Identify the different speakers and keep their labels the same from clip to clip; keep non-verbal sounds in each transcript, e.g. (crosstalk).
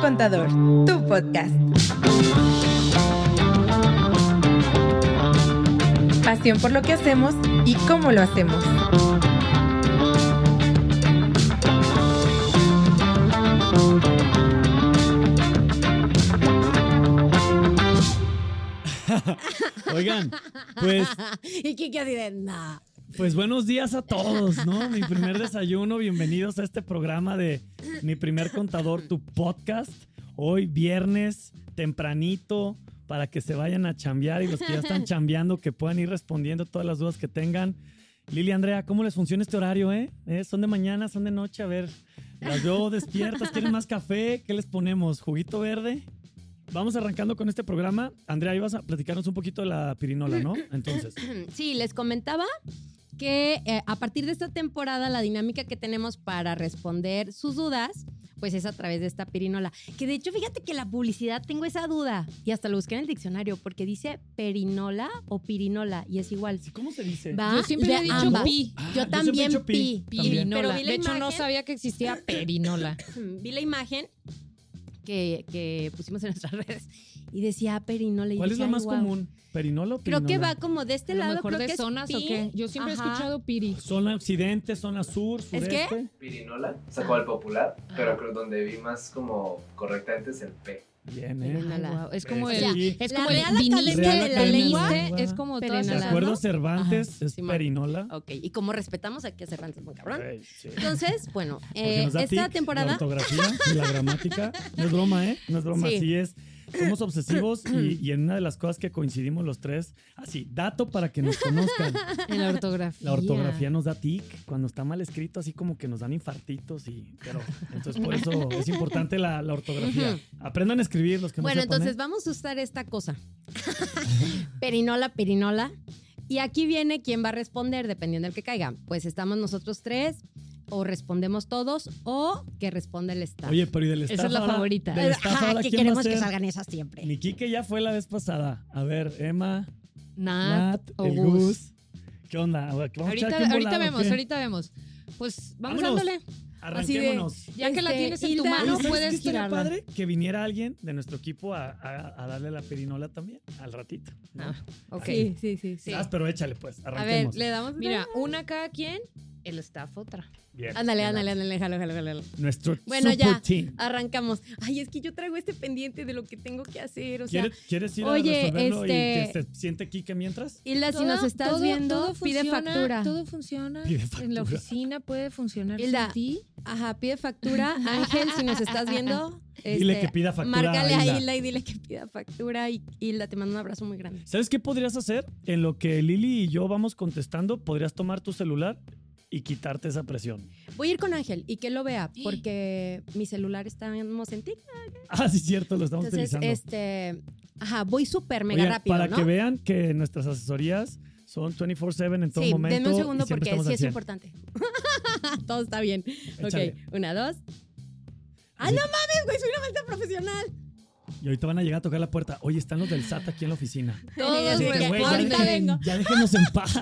Speaker 1: Contador, tu podcast. Pasión por lo que hacemos y cómo lo hacemos.
Speaker 2: Oigan, pues,
Speaker 3: y Kiki así de nada.
Speaker 2: pues buenos días a todos, ¿no? Mi primer desayuno, bienvenidos a este programa de Mi primer contador, tu podcast. Hoy viernes, tempranito, para que se vayan a chambear y los que ya están chambeando, que puedan ir respondiendo todas las dudas que tengan. Lili, Andrea, ¿cómo les funciona este horario, eh? ¿Eh? ¿Son de mañana, son de noche? A ver, las veo despiertas, ¿quieren más café? ¿Qué les ponemos? ¿Juguito verde? Vamos arrancando con este programa. Andrea, ibas a platicarnos un poquito de la pirinola, ¿no? Entonces.
Speaker 3: Sí, les comentaba que eh, a partir de esta temporada la dinámica que tenemos para responder sus dudas, pues es a través de esta pirinola. Que de hecho, fíjate que la publicidad tengo esa duda y hasta lo busqué en el diccionario porque dice perinola o pirinola y es igual.
Speaker 2: Sí, ¿Cómo se dice?
Speaker 3: Va
Speaker 4: Yo siempre
Speaker 3: de
Speaker 4: había dicho
Speaker 3: ambas.
Speaker 4: pi.
Speaker 2: Ah,
Speaker 3: Yo
Speaker 2: yo
Speaker 3: también
Speaker 2: siempre he
Speaker 3: pi.
Speaker 2: dicho pi, también.
Speaker 3: Pero
Speaker 4: Pirinola.
Speaker 3: vi la
Speaker 4: De hecho, no
Speaker 3: imagen.
Speaker 4: sabía
Speaker 3: (clears throat)
Speaker 4: que existía perinola.
Speaker 3: Mm, Vi la imagen que, que pusimos en nuestras (laughs) redes y decía perinola. y
Speaker 2: ¿Cuál es
Speaker 3: dije,
Speaker 2: la más
Speaker 3: "Ay, guau".
Speaker 2: común? ¿Perinola o
Speaker 3: Creo que
Speaker 2: pirinola?
Speaker 3: va como de este
Speaker 4: A lo
Speaker 3: lado.
Speaker 4: mejor
Speaker 3: creo que
Speaker 4: de
Speaker 3: es
Speaker 4: zonas o
Speaker 3: pi.
Speaker 4: qué. Yo siempre
Speaker 3: Ajá.
Speaker 4: he escuchado piri.
Speaker 2: Zona occidente, zona sur,
Speaker 3: que-
Speaker 2: sureste.
Speaker 5: Pirinola, o sea, como el popular, pero
Speaker 4: Ajá.
Speaker 5: creo donde vi más como correctamente es el P.
Speaker 2: Bien,
Speaker 4: Ay,
Speaker 2: ¿eh?
Speaker 3: Pirinola.
Speaker 4: guau. Es como
Speaker 5: Sí.
Speaker 4: el.
Speaker 2: Sí.
Speaker 4: Es
Speaker 3: La
Speaker 4: como
Speaker 3: Real
Speaker 4: el
Speaker 3: Academia
Speaker 4: viniste,
Speaker 3: de la
Speaker 4: veniste,
Speaker 2: Lengua.
Speaker 4: Es como
Speaker 3: Perinola,
Speaker 4: todas
Speaker 2: De
Speaker 4: esas-
Speaker 3: ¿no?
Speaker 2: acuerdo, Cervantes
Speaker 4: Ajá,
Speaker 2: es
Speaker 4: Simón.
Speaker 2: perinola.
Speaker 3: Ok, y como respetamos aquí a Cervantes, muy cabrón.
Speaker 2: Ey, sí.
Speaker 3: Entonces, bueno,
Speaker 2: Porque
Speaker 3: eh,
Speaker 2: nos da
Speaker 3: esta
Speaker 2: tic La
Speaker 3: temporada.
Speaker 2: ortografía y la gramática. No es broma, ¿eh? No es broma.
Speaker 3: Sí.
Speaker 2: Así es. Somos obsesivos y, y en una de las cosas que coincidimos los tres, así, dato para que nos conozcan.
Speaker 4: (laughs) En la ortografía.
Speaker 2: La ortografía nos da tic cuando está mal escrito, así como que nos dan infartitos y. Pero, entonces, por
Speaker 3: (laughs)
Speaker 2: eso es importante la, la ortografía.
Speaker 3: Ujú.
Speaker 2: Aprendan a escribir los que no
Speaker 3: Bueno,
Speaker 2: sepan,
Speaker 3: entonces
Speaker 2: ¿eh?
Speaker 3: vamos a usar esta (laughs) cosa. perinola, perinola. Y aquí viene quién va a responder, dependiendo del que caiga. Pues estamos nosotros tres, o respondemos todos, o que responde el staff.
Speaker 2: Oye, pero y del staff
Speaker 4: Esa es la
Speaker 2: ahora-
Speaker 4: favorita.
Speaker 2: del
Speaker 3: Ajá,
Speaker 2: staff ahora,
Speaker 3: que
Speaker 2: ¿quién va a
Speaker 3: queremos que
Speaker 2: ser?
Speaker 3: salgan esas siempre.
Speaker 2: Mi Quique ya fue la vez pasada. A ver, Emma,
Speaker 4: Nat.
Speaker 2: Nat,
Speaker 4: o
Speaker 2: el
Speaker 4: Gus.
Speaker 2: Gus. ¿Qué onda? Vamos a
Speaker 4: Ahorita,
Speaker 2: echar aquí un
Speaker 4: ahorita
Speaker 2: volado,
Speaker 4: vemos,
Speaker 2: ¿qué?
Speaker 4: ahorita vemos. Pues vamos
Speaker 2: Vámonos.
Speaker 4: dándole. así de-
Speaker 2: Arranquémonos.
Speaker 4: Ya que la
Speaker 3: Este,
Speaker 4: tienes en tu
Speaker 3: Hilda,
Speaker 2: Oye,
Speaker 3: no
Speaker 4: mano,
Speaker 2: ¿sabes qué
Speaker 4: puedes
Speaker 2: estaría
Speaker 4: girarla.
Speaker 2: padre que viniera alguien de nuestro equipo a, a- a darle la perinola también al ratito. ¿no?
Speaker 4: Ah, ok.
Speaker 2: Sí,
Speaker 3: sí, sí.
Speaker 4: sí.
Speaker 2: Ah, pero échale pues,
Speaker 3: A ver,
Speaker 2: arranquemos.
Speaker 3: le damos.
Speaker 4: Mira, una cada quien, el staff otra.
Speaker 2: Bien.
Speaker 3: Ándale, ándale, ándale, jalo, jalo, jalo.
Speaker 2: Nuestro
Speaker 3: Bueno,
Speaker 2: super
Speaker 3: ya. Ah,
Speaker 2: team.
Speaker 3: Arrancamos. Ay, es que yo traigo este pendiente de lo que tengo que hacer, o sea.
Speaker 2: ¿Quieres, quieres ir
Speaker 3: oye,
Speaker 2: a resolverlo y
Speaker 3: este-
Speaker 2: que se siente Quique mientras?
Speaker 3: Hilda, si nos estás viendo, pide factura.
Speaker 4: Todo funciona.
Speaker 2: Pide
Speaker 4: En la
Speaker 2: factura.
Speaker 4: oficina puede funcionar
Speaker 3: Hilda.
Speaker 4: sin ti.
Speaker 3: Ajá, pide factura. Ángel, si nos estás viendo,
Speaker 2: Dile
Speaker 3: este,
Speaker 2: que pida factura a
Speaker 3: Márcale a
Speaker 2: Hilda.
Speaker 3: Hilda y dile que pida factura. Y Hilda, te mando un abrazo muy grande.
Speaker 2: ¿Sabes qué podrías hacer? En lo que Lili y yo vamos contestando, podrías tomar tu celular y quitarte esa presión. (laughs)
Speaker 3: Voy a ir con Ángel y que lo vea, porque mi celular está en TIC.
Speaker 2: Ah, sí, cierto, lo estamos
Speaker 3: Entonces,
Speaker 2: utilizando.
Speaker 3: este. Ajá, voy súper mega
Speaker 2: Oigan,
Speaker 3: rápido.
Speaker 2: para
Speaker 3: ¿no?
Speaker 2: que vean que nuestras asesorías son 24/7 en todo
Speaker 3: sí,
Speaker 2: momento.
Speaker 3: denme un
Speaker 2: y
Speaker 3: segundo
Speaker 2: siempre
Speaker 3: porque
Speaker 2: estamos
Speaker 3: sí
Speaker 2: al
Speaker 3: es
Speaker 2: 100.
Speaker 3: importante. (laughs) Todo está bien.
Speaker 2: Échale.
Speaker 3: Ok, una, dos. ¡Ah,
Speaker 2: Así
Speaker 3: no mames, güey! Soy una malta profesional.
Speaker 2: Y ahorita van a llegar a tocar la puerta. Oye, están los del SAT aquí en la oficina.
Speaker 3: Todos
Speaker 4: Así de que,
Speaker 2: Pero, güey,
Speaker 3: responden.
Speaker 2: ya,
Speaker 3: Ahorita
Speaker 2: dejen-
Speaker 3: vengo.
Speaker 2: ya déjenos en
Speaker 3: (laughs)
Speaker 2: paz.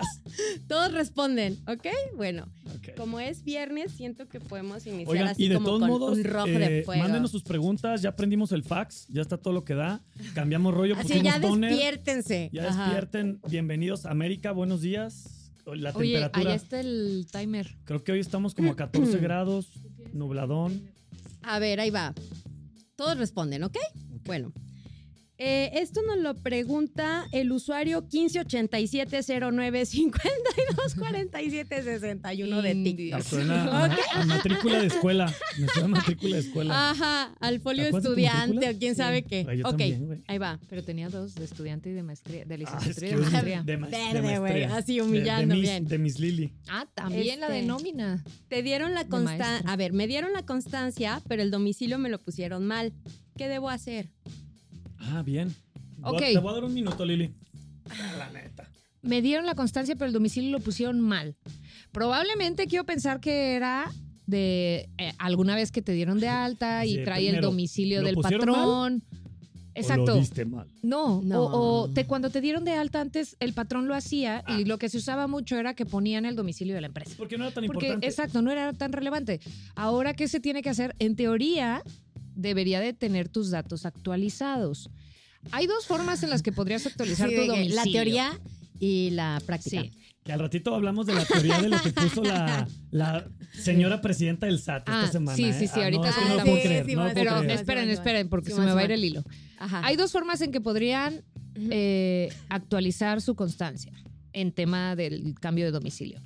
Speaker 3: Todos responden, ¿ok? Bueno,
Speaker 2: Ok.
Speaker 3: como es viernes, siento que podemos iniciar
Speaker 2: Oigan,
Speaker 3: así
Speaker 2: y de
Speaker 3: como
Speaker 2: todos
Speaker 3: con
Speaker 2: modos,
Speaker 3: un rojo
Speaker 2: eh,
Speaker 3: de fuego.
Speaker 2: mándenos sus preguntas. Ya aprendimos el fax, ya está todo lo que da. Cambiamos rollo,
Speaker 3: así
Speaker 2: pusimos
Speaker 3: ya
Speaker 2: toner.
Speaker 3: despiértense.
Speaker 2: Ya
Speaker 3: Ajá.
Speaker 2: despierten. Bienvenidos a América, buenos días. La
Speaker 4: Oye,
Speaker 2: temperatura.
Speaker 4: allá está el timer.
Speaker 2: Creo que hoy estamos como a
Speaker 3: (clears throat)
Speaker 2: 14 grados, nubladón.
Speaker 3: A ver, ahí va. Todos responden, ¿ok? Bueno. eh, esto nos lo pregunta el usuario 158709524761 de TikTok.
Speaker 2: Me suena a- a matrícula de escuela. Me suena a matrícula de escuela.
Speaker 3: Ajá, al folio
Speaker 2: ¿Te acuerdas de tu
Speaker 3: Ah, estudiante
Speaker 2: matrícula?
Speaker 3: o quién sabe qué.
Speaker 2: Güey, yo
Speaker 3: ok,
Speaker 2: también, güey.
Speaker 3: ahí va.
Speaker 4: Pero tenía dos, de estudiante y de maestría, de
Speaker 2: Ah,
Speaker 4: licenciatura y de
Speaker 2: excuse me,
Speaker 4: maestría.
Speaker 2: de ma- de
Speaker 3: Verde, güey,
Speaker 2: maestría.
Speaker 3: así
Speaker 2: De-
Speaker 3: humillando,
Speaker 2: de mis-
Speaker 3: bien.
Speaker 2: De mis Lili.
Speaker 4: Ah, también la de
Speaker 3: Este.
Speaker 4: nómina.
Speaker 3: Te dieron la
Speaker 4: De
Speaker 3: constancia.
Speaker 4: maestra.
Speaker 3: A ver, me dieron la constancia, pero el domicilio me lo pusieron mal. ¿Qué debo hacer?
Speaker 2: Ah, bien. Voy a-
Speaker 4: Ok.
Speaker 2: Te voy a dar un minuto, Lili. La neta.
Speaker 4: Me dieron la constancia, pero el domicilio lo pusieron mal. Probablemente quiero pensar que era de eh, alguna vez que te dieron de alta y
Speaker 2: Sí,
Speaker 4: trae el
Speaker 2: primero,
Speaker 4: domicilio
Speaker 2: ¿lo
Speaker 4: del
Speaker 2: pusieron O
Speaker 4: patrón.
Speaker 2: lo
Speaker 4: Exacto.
Speaker 2: diste mal.
Speaker 4: No,
Speaker 3: No.
Speaker 4: o, o te, cuando te dieron de alta antes, el patrón lo hacía y lo que se usaba mucho era que ponían el domicilio de la empresa.
Speaker 2: Porque no Ah. era tan
Speaker 4: Porque,
Speaker 2: importante.
Speaker 4: exacto, no era tan relevante. Ahora, ¿qué se tiene que hacer? En teoría, debería de tener tus datos actualizados. Hay dos formas en las que podrías actualizar
Speaker 3: Sí,
Speaker 4: tu
Speaker 3: de que
Speaker 4: domicilio.
Speaker 3: la teoría y la práctica.
Speaker 4: Sí.
Speaker 2: Que al ratito hablamos de la teoría de lo que puso la,
Speaker 4: (laughs)
Speaker 2: la señora presidenta del SAT
Speaker 4: Ah,
Speaker 2: esta semana.
Speaker 4: sí,
Speaker 2: ¿eh?
Speaker 4: sí, sí,
Speaker 2: Ah, no,
Speaker 4: ahorita
Speaker 2: eso
Speaker 3: sí,
Speaker 2: no lo
Speaker 3: sí,
Speaker 2: puedo creer,
Speaker 1: sí,
Speaker 2: no lo
Speaker 1: más
Speaker 2: puedo
Speaker 4: Pero
Speaker 1: Sí,
Speaker 2: creer.
Speaker 1: más
Speaker 4: esperen,
Speaker 1: sí, más
Speaker 4: esperen, porque
Speaker 3: sí,
Speaker 4: se me
Speaker 3: más
Speaker 4: va a ir
Speaker 3: más.
Speaker 4: el hilo.
Speaker 3: Ajá.
Speaker 4: Hay dos formas en que podrían
Speaker 3: Ujú.
Speaker 4: eh, actualizar su constancia en tema del cambio de domicilio.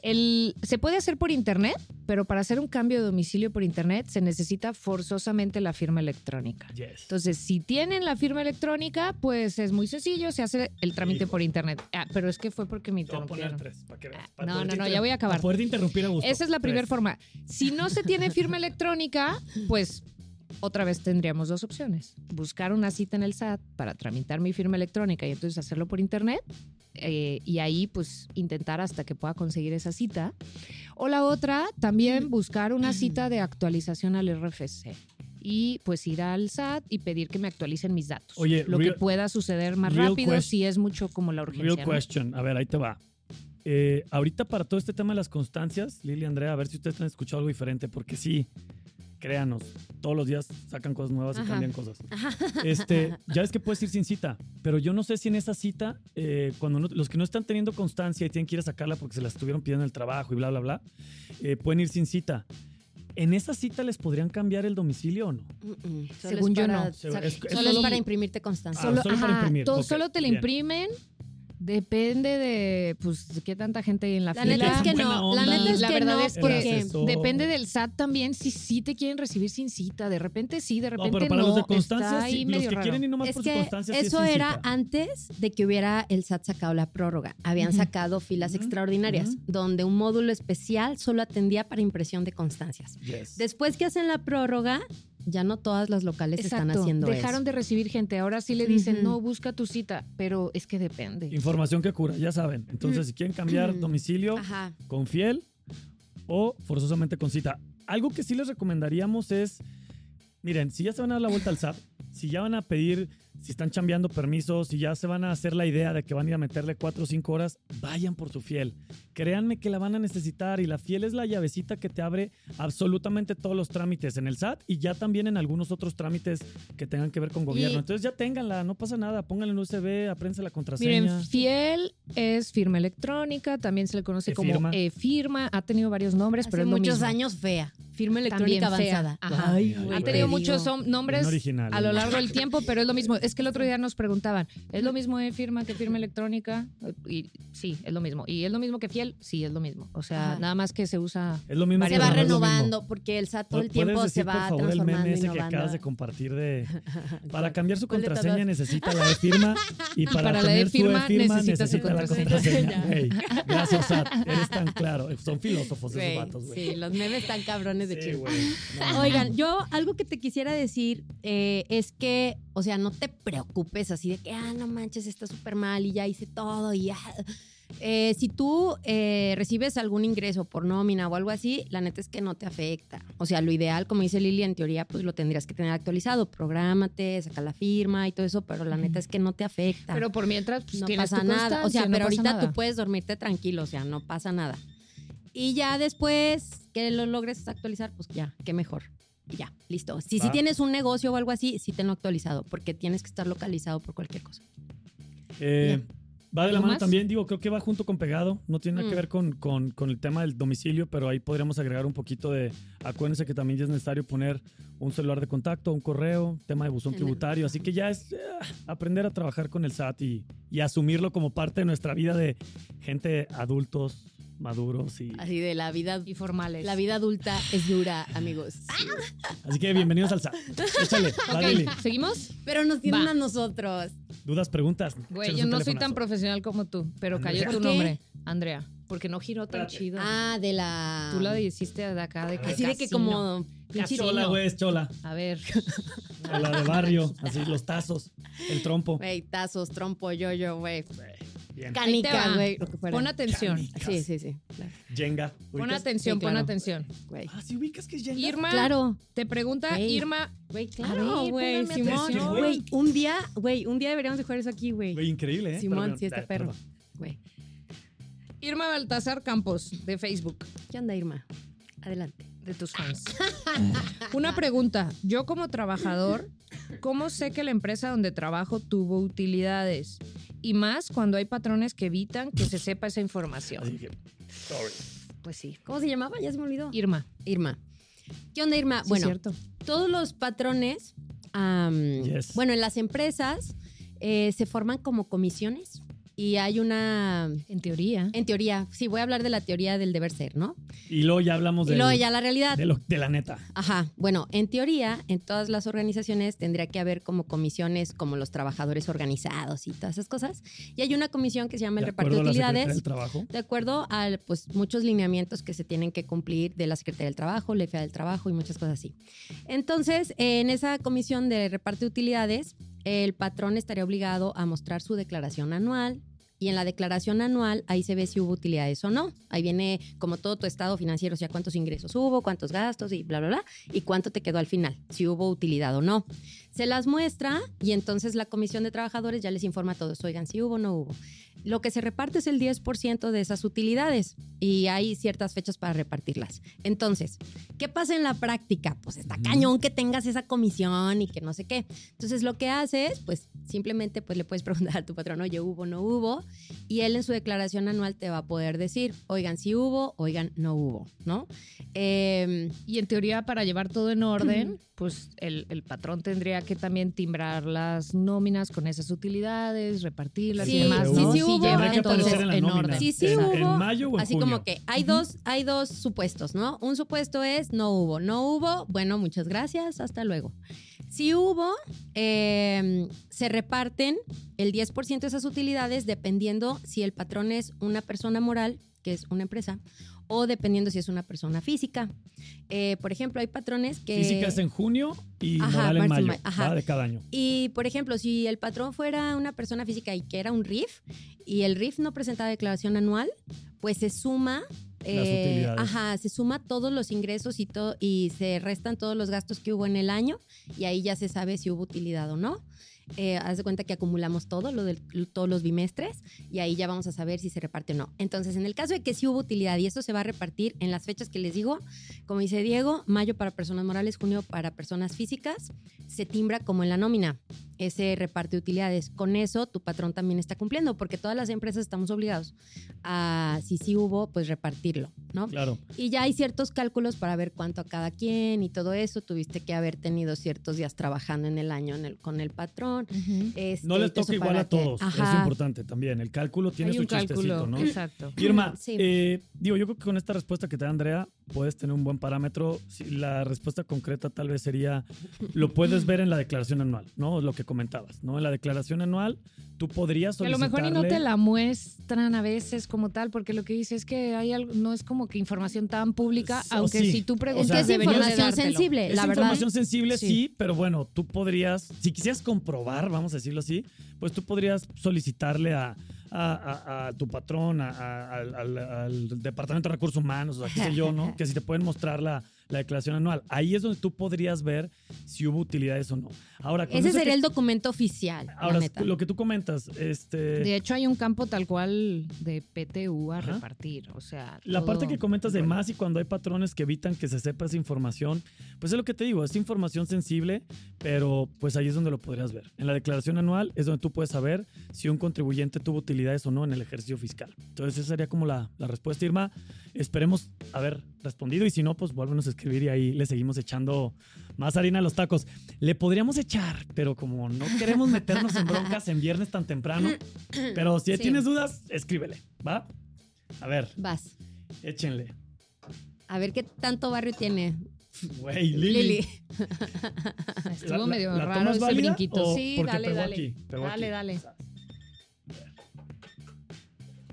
Speaker 4: El- se puede hacer por internet, pero para hacer un cambio de domicilio por internet se necesita forzosamente la firma electrónica.
Speaker 2: Yes.
Speaker 4: Entonces, si tienen la firma electrónica, pues es muy sencillo, se hace el trámite
Speaker 2: Hijo.
Speaker 4: por internet. Ah, pero es que fue porque me
Speaker 2: Te voy a poner
Speaker 4: interrumpieron.
Speaker 2: tres, para que veas,
Speaker 4: Ah,
Speaker 2: para
Speaker 4: no,
Speaker 2: poderte
Speaker 4: no, no,
Speaker 2: inter-
Speaker 4: ya voy a acabar.
Speaker 2: para poderte interrumpir a gusto.
Speaker 4: Esa es la primera
Speaker 2: Tres.
Speaker 4: forma. Si no se tiene firma electrónica, pues otra vez tendríamos dos opciones. Buscar una cita en el SAT para tramitar mi firma electrónica y entonces hacerlo por internet. eh, y ahí pues intentar hasta que pueda conseguir esa cita. O la otra, también buscar una cita de actualización al RFC. Y pues ir al SAT y pedir que me actualicen mis datos.
Speaker 2: Oye,
Speaker 4: lo
Speaker 2: real-
Speaker 4: que pueda suceder más
Speaker 2: real
Speaker 4: rápido
Speaker 2: quest-
Speaker 4: si es mucho como la urgencia.
Speaker 2: Real
Speaker 4: ¿no?
Speaker 2: question. A ver, ahí te va. Eh, ahorita para todo este tema de las constancias, Lili Andrea, a ver si ustedes han escuchado algo diferente, porque sí, créanos, todos los días sacan cosas nuevas y
Speaker 3: Ajá.
Speaker 2: cambian cosas. Este, ya es que puedes ir sin cita, pero yo no sé si en esa cita, eh, cuando no- los que no están teniendo constancia y tienen que ir a sacarla porque se la estuvieron pidiendo en el trabajo y bla, bla, bla, eh, pueden ir sin cita. ¿En esa cita les podrían cambiar el domicilio o no?
Speaker 3: Mm, mm. Solo
Speaker 4: Según
Speaker 3: es
Speaker 4: yo,
Speaker 3: para-
Speaker 4: no.
Speaker 2: Según- es- es
Speaker 3: Solo es
Speaker 2: solo-
Speaker 3: para imprimirte constancia.
Speaker 2: Ah, solo para imprimir,
Speaker 4: todo-
Speaker 2: ok,
Speaker 4: solo te la
Speaker 2: bien.
Speaker 4: imprimen. Depende de pues de qué tanta gente hay en la,
Speaker 3: La
Speaker 4: fila.
Speaker 3: neta es que
Speaker 2: buena
Speaker 3: no.
Speaker 2: onda.
Speaker 3: La neta es
Speaker 4: La
Speaker 3: que
Speaker 4: verdad
Speaker 3: no.
Speaker 4: es que-
Speaker 3: porque
Speaker 2: Gracias. Eso.
Speaker 4: Depende del SAT también si sí te quieren recibir sin cita, de repente sí, de repente
Speaker 2: No,
Speaker 4: no.
Speaker 2: pero para los de
Speaker 4: Está
Speaker 2: constancia,
Speaker 4: ahí
Speaker 2: sí, los
Speaker 4: medio
Speaker 2: que
Speaker 4: raro.
Speaker 2: quieren ir nomás
Speaker 3: es
Speaker 2: por su
Speaker 3: que
Speaker 2: constancia, sí es
Speaker 3: eso
Speaker 2: sin
Speaker 3: era
Speaker 2: cita.
Speaker 3: antes de que hubiera el SAT sacado la prórroga. Habían
Speaker 4: Ujú.
Speaker 3: sacado filas
Speaker 2: Ujú,
Speaker 3: extraordinarias,
Speaker 2: ujú.
Speaker 3: donde un módulo especial solo atendía para impresión de constancias.
Speaker 2: Yes.
Speaker 3: Después que hacen la prórroga, ya no todas las locales están
Speaker 4: Exacto,
Speaker 3: haciendo
Speaker 4: Dejaron
Speaker 3: eso.
Speaker 4: de recibir gente, ahora sí le dicen,
Speaker 3: Ujú.
Speaker 4: "No, busca tu cita", pero es que depende.
Speaker 2: Información que cura, ya saben. Entonces,
Speaker 3: Mm.
Speaker 2: si quieren cambiar
Speaker 3: Mm.
Speaker 2: domicilio
Speaker 3: Ajá.
Speaker 2: con fiel o forzosamente con cita. Algo que sí les recomendaríamos es, miren, si ya se van a dar la vuelta al SAP, si ya van a pedir, si están chambeando permisos, si ya se van a hacer la idea de que van a ir a meterle cuatro o cinco horas, vayan por su fiel. Créanme que la van a necesitar y la fiel es la llavecita que te abre absolutamente todos los trámites en el SAT y ya también en algunos otros trámites que tengan que ver con gobierno.
Speaker 3: Y-
Speaker 2: Entonces ya ténganla, no pasa nada, pónganla en USB, aprense la contraseña.
Speaker 4: Miren, Fiel es firma electrónica, también se le conoce como
Speaker 2: E-firma.
Speaker 4: e-firma, ha tenido varios nombres,
Speaker 3: Hace
Speaker 4: pero es lo
Speaker 3: muchos
Speaker 4: mismo.
Speaker 3: años fea. Firma electrónica
Speaker 4: También fea.
Speaker 3: avanzada.
Speaker 4: Ajá.
Speaker 2: Ay, güey.
Speaker 4: Han tenido
Speaker 3: Te
Speaker 4: muchos
Speaker 3: digo.
Speaker 4: som- nombres
Speaker 2: Bien original, ¿eh?
Speaker 4: a lo
Speaker 2: ¿no?
Speaker 4: largo del tiempo, pero es lo mismo. Es que el otro día nos preguntaban, ¿es lo mismo e-firma que firma electrónica? Y sí, es lo mismo. ¿Y es lo mismo que fiel? Sí, es lo mismo. O sea,
Speaker 3: Ajá.
Speaker 4: nada más que se usa...
Speaker 2: Es lo mismo.
Speaker 3: Se
Speaker 2: pero
Speaker 3: va
Speaker 2: no es lo mismo.
Speaker 3: renovando porque el SAT todo el
Speaker 2: ¿Puedes
Speaker 3: tiempo
Speaker 2: decir,
Speaker 3: se va
Speaker 2: por favor, el
Speaker 3: transformando
Speaker 2: meme
Speaker 3: y
Speaker 2: ese que
Speaker 3: innovando.
Speaker 2: acabas de compartir
Speaker 3: (laughs)
Speaker 2: de para cambiar su
Speaker 3: ¿Cuál de
Speaker 2: contraseña
Speaker 3: todas?
Speaker 2: necesita la de firma y para,
Speaker 4: para la
Speaker 2: tener su
Speaker 4: e-firma
Speaker 2: e-firma
Speaker 4: necesita su
Speaker 2: necesita la
Speaker 4: contraseña.
Speaker 3: (laughs)
Speaker 2: contraseña. Güey, gracias, Sat. Eres tan claro. Son filósofos
Speaker 3: Güey,
Speaker 2: esos vatos, güey.
Speaker 3: Sí, los memes están cabrones de
Speaker 2: Sí,
Speaker 3: chile.
Speaker 2: güey. No,
Speaker 3: Oigan, yo algo que te quisiera decir eh, es que, o sea, no te preocupes así de que, ah, no manches, está súper mal y ya hice todo y ya. Eh, si tú eh, recibes algún ingreso por nómina o algo así, la neta es que no te afecta. O sea, lo ideal, como dice Lili, en teoría, pues lo tendrías que tener actualizado. Prográmate, saca la firma y todo eso, pero la neta es que no te afecta.
Speaker 4: Pero por mientras, pues,
Speaker 3: no
Speaker 4: tienes
Speaker 3: pasa
Speaker 4: tu
Speaker 3: nada. O
Speaker 4: constancia,
Speaker 3: sea,
Speaker 4: no
Speaker 3: pero
Speaker 4: pasa
Speaker 3: ahorita
Speaker 4: nada.
Speaker 3: tú puedes dormirte tranquilo, o sea, no pasa nada. Y ya después que lo logres actualizar, pues ya, qué mejor. Y ya, listo. Si, si
Speaker 2: Va.
Speaker 3: tienes un negocio o algo así, sí tenlo actualizado, porque tienes que estar localizado por cualquier cosa.
Speaker 2: Eh, va de la
Speaker 4: ¿Algo
Speaker 2: mano
Speaker 4: más?
Speaker 2: también, digo, creo que va junto con pegado. No tiene nada que
Speaker 3: Mm.
Speaker 2: ver con, con- con el tema del domicilio, pero ahí podríamos agregar un poquito de. Acuérdense que también ya es necesario poner un celular de contacto, un correo, tema de buzón
Speaker 3: Tener-
Speaker 2: tributario. Así que ya es eh, aprender a trabajar con el SAT y, y asumirlo como parte de nuestra vida de gente adultos, maduros y.
Speaker 3: Así de la vida. Ah,
Speaker 4: Y formales.
Speaker 3: La vida adulta es dura, (laughs) amigos.
Speaker 2: Así que bienvenidos al SAT.
Speaker 4: (laughs)
Speaker 2: Échale, va,
Speaker 4: Ok,
Speaker 2: Lili.
Speaker 4: ¿Seguimos?
Speaker 3: Pero nos tienen
Speaker 4: Va.
Speaker 3: a nosotros.
Speaker 2: Dudas, preguntas.
Speaker 4: Güey,
Speaker 2: échanos
Speaker 4: yo
Speaker 2: un
Speaker 4: no soy tan
Speaker 2: telefonazo.
Speaker 4: profesional como tú, pero
Speaker 2: Andrea.
Speaker 4: cayó tu
Speaker 3: ¿Por qué?
Speaker 4: nombre, Andrea. Porque no giró tan
Speaker 2: Espérate.
Speaker 4: chido.
Speaker 3: Ah, de la.
Speaker 4: Tú la hiciste de acá, de que
Speaker 3: Así de que
Speaker 4: casino.
Speaker 3: como.
Speaker 2: Es
Speaker 4: pinche
Speaker 2: Chola,
Speaker 4: chino.
Speaker 2: güey, es chola.
Speaker 4: A ver,
Speaker 2: Chola de barrio. Así, los tazos, el trompo.
Speaker 3: Güey, tazos, trompo, yo-yo, güey.
Speaker 2: Bien.
Speaker 3: Canica,
Speaker 4: va.
Speaker 3: güey. lo que fuera.
Speaker 4: pon atención.
Speaker 3: Sí, sí, sí. claro,
Speaker 2: Jenga.
Speaker 4: Pon
Speaker 2: ¿Ubicas?
Speaker 4: atención,
Speaker 3: Sí, claro.
Speaker 4: pon atención.
Speaker 3: güey.
Speaker 2: Ah, si ubicas que es Jenga.
Speaker 4: Irma,
Speaker 3: Claro.
Speaker 4: te pregunta
Speaker 3: Güey.
Speaker 4: Irma.
Speaker 3: Güey,
Speaker 4: A
Speaker 3: claro,
Speaker 4: ver,
Speaker 3: güey,
Speaker 4: pónganme
Speaker 3: Simón.
Speaker 2: atención.
Speaker 3: Güey, un día, güey, un día deberíamos de jugar eso aquí, güey.
Speaker 2: Güey, increíble, ¿eh?
Speaker 3: Simón,
Speaker 2: Pero bueno,
Speaker 3: sí está
Speaker 2: eh,
Speaker 3: perro.
Speaker 2: perdón.
Speaker 3: Güey,
Speaker 4: Irma Baltasar Campos, de Facebook.
Speaker 3: ¿qué onda, Irma? Adelante.
Speaker 4: de
Speaker 3: (laughs)
Speaker 4: tus fans. Una pregunta. Yo como trabajador, ¿cómo sé que la empresa donde trabajo tuvo utilidades? Y más cuando hay patrones que evitan que se sepa esa información.
Speaker 2: Así que, sorry.
Speaker 4: Pues sí.
Speaker 3: ¿Cómo se llamaba? Ya se me olvidó.
Speaker 4: Irma.
Speaker 3: Irma. ¿Qué onda, Irma?
Speaker 4: Sí,
Speaker 3: bueno,
Speaker 4: cierto.
Speaker 3: todos los patrones, am,
Speaker 2: Yes.
Speaker 3: bueno, en las empresas eh, se forman como comisiones y hay una,
Speaker 4: En teoría.
Speaker 3: en teoría, sí, voy a hablar de la teoría del deber ser, ¿no?
Speaker 2: Y luego ya hablamos
Speaker 3: y
Speaker 2: del-
Speaker 3: luego ya la realidad.
Speaker 2: de, lo- de la neta.
Speaker 3: Ajá, bueno, en teoría, en todas las organizaciones tendría que haber como comisiones, como los trabajadores organizados y todas esas cosas. Y hay una comisión que se llama el
Speaker 2: de
Speaker 3: reparto de
Speaker 2: acuerdo a la Secretaría
Speaker 3: utilidades.
Speaker 2: del trabajo.
Speaker 3: De acuerdo a pues, muchos lineamientos que se tienen que cumplir de la Secretaría del Trabajo, la FEA del Trabajo y muchas cosas así. Entonces, en esa comisión de reparto de utilidades, el patrón estaría obligado a mostrar su declaración anual y en la declaración anual ahí se ve si hubo utilidades o no. Ahí viene como todo tu estado financiero, o sea, cuántos ingresos hubo, cuántos gastos y bla, bla, bla, y cuánto te quedó al final, si hubo utilidad o no. Se las muestra y entonces la comisión de trabajadores ya les informa a todos, oigan, si hubo o no hubo lo que se reparte es el 10% de esas utilidades y hay ciertas fechas para repartirlas. Entonces, ¿qué pasa en la práctica? Pues está
Speaker 2: Ujú.
Speaker 3: cañón que tengas esa comisión y que no sé qué. Entonces, lo que haces, pues simplemente pues, le puedes (laughs) preguntar a tu patrón, oye, hubo, no hubo, y él en su declaración anual te va a poder decir, oigan, si hubo, oigan, no hubo, ¿no? Em,
Speaker 4: Y en teoría, para llevar todo en orden, pues el, el patrón tendría que también timbrar las nóminas con esas utilidades, repartirlas
Speaker 3: Sí,
Speaker 4: y demás,
Speaker 3: sí,
Speaker 4: ¿no?
Speaker 3: sí hubo,
Speaker 4: llevar
Speaker 2: Tendría que
Speaker 3: entonces,
Speaker 2: aparecer en la
Speaker 4: en
Speaker 2: nómina.
Speaker 4: orden.
Speaker 3: Sí, sí
Speaker 2: en,
Speaker 3: hubo,
Speaker 2: en mayo o en
Speaker 3: Así
Speaker 2: junio.
Speaker 3: como que hay dos, hay dos supuestos, ¿no? Un supuesto es no hubo, no hubo, bueno, muchas gracias, hasta luego. Si hubo, eh, se reparten el 10% de esas utilidades dependiendo si el patrón es una persona moral, que es una empresa, o dependiendo si es una persona física. Eh, por ejemplo, hay patrones que...
Speaker 2: Física es en junio y
Speaker 3: Ajá,
Speaker 2: moral en
Speaker 3: marzo,
Speaker 2: mayo.
Speaker 3: ma- ajá.
Speaker 2: va de cada año.
Speaker 3: Y, por ejemplo, si el patrón fuera una persona física y que era un RIF y el RIF no presentaba declaración anual, pues se suma. eh,
Speaker 2: utilidades.
Speaker 3: ajá, se suma todos los ingresos y, todo, y se restan todos los gastos que hubo en el año y ahí ya se sabe si hubo utilidad o no. Eh, haz de cuenta que acumulamos todo, lo del- todos los bimestres y ahí ya vamos a saber si se reparte o no. Entonces, en el caso de que sí hubo utilidad y esto se va a repartir en las fechas que les digo, como dice Diego, mayo para personas morales, junio para personas físicas, se timbra como en la nómina ese reparto de utilidades. Con eso tu patrón también está cumpliendo porque todas las empresas estamos obligados a, si sí hubo, pues repartirlo, ¿no?
Speaker 2: Claro.
Speaker 3: Y ya hay ciertos cálculos para ver cuánto a cada quien y todo eso. Tuviste que haber tenido ciertos días trabajando en el año en el- con el patrón.
Speaker 4: Ujú.
Speaker 3: Este,
Speaker 2: No les
Speaker 3: y todo
Speaker 2: toca
Speaker 3: eso
Speaker 2: igual
Speaker 3: para
Speaker 2: a
Speaker 3: que-
Speaker 2: todos.
Speaker 3: Ajá.
Speaker 2: Es importante también. El cálculo tiene
Speaker 4: Hay
Speaker 2: su
Speaker 4: un
Speaker 2: chistecito,
Speaker 4: cálculo,
Speaker 2: ¿no?
Speaker 4: exacto. (laughs)
Speaker 2: Irma,
Speaker 3: Sí.
Speaker 2: eh, digo, yo creo que con esta respuesta que te da Andrea puedes tener un buen parámetro. Si La respuesta concreta tal vez sería, lo puedes ver en la declaración anual, ¿no? Lo que comentabas, ¿no? En la declaración anual tú podrías
Speaker 4: Que a lo
Speaker 2: solicitarle...
Speaker 4: mejor y no te la muestran a veces como tal, porque lo que dice es que hay algo, no es como que información tan pública,
Speaker 2: O
Speaker 4: aunque
Speaker 2: sí,
Speaker 4: si tú
Speaker 2: o
Speaker 4: preguntas
Speaker 2: sea,
Speaker 3: es que es
Speaker 4: deberías de
Speaker 3: información
Speaker 4: dártelo.
Speaker 3: sensible,
Speaker 2: Es
Speaker 3: Eh, la verdad.
Speaker 2: información sensible, sí.
Speaker 4: Sí.
Speaker 2: pero bueno, tú podrías, si quisieras comprobar, vamos a decirlo así, pues tú podrías solicitarle a, a- a- a tu patrón, a- a- al, al- al Departamento de Recursos Humanos, o sea, qué sé yo,
Speaker 3: (laughs)
Speaker 2: ¿no? Que si te pueden mostrar la, la declaración anual. Ahí es donde tú podrías ver si hubo utilidades o no. Ahora, con
Speaker 3: Ese
Speaker 2: eso
Speaker 3: sería
Speaker 2: que-
Speaker 3: el documento oficial,
Speaker 2: Ahora,
Speaker 3: la neta.
Speaker 2: lo que tú comentas, este...
Speaker 4: De hecho, hay un campo tal cual de PTU a
Speaker 2: Ajá.
Speaker 4: repartir. O sea,
Speaker 2: La parte
Speaker 4: todo-
Speaker 2: que comentas de
Speaker 4: bueno.
Speaker 2: más y cuando hay patrones que evitan que se sepa esa información, pues es lo que te digo, es información sensible, pero pues ahí es donde lo podrías ver. En la declaración anual es donde tú puedes saber si un contribuyente tuvo utilidades o no en el ejercicio fiscal. Entonces esa sería como la, la respuesta, Irma. Esperemos haber respondido y si no, pues vuélvenos a escribir y ahí le seguimos echando más harina a los tacos. Le podríamos echar, pero como no queremos meternos en broncas en viernes tan temprano, pero si
Speaker 3: Sí.
Speaker 2: tienes dudas, escríbele, ¿va? A ver,
Speaker 3: Vas.
Speaker 2: échenle. (laughs)
Speaker 3: A ver qué tanto barrio tiene
Speaker 2: Güey, Lili.
Speaker 3: Lili.
Speaker 4: (laughs) Estuvo
Speaker 2: ¿La- la-
Speaker 4: medio
Speaker 2: la
Speaker 4: raro
Speaker 2: tomas
Speaker 4: ese
Speaker 2: válida
Speaker 4: brinquito.
Speaker 2: o-
Speaker 4: sí,
Speaker 2: porque
Speaker 4: dale,
Speaker 2: pegó
Speaker 4: dale.
Speaker 2: aquí, pegó
Speaker 4: dale,
Speaker 2: aquí?
Speaker 4: dale.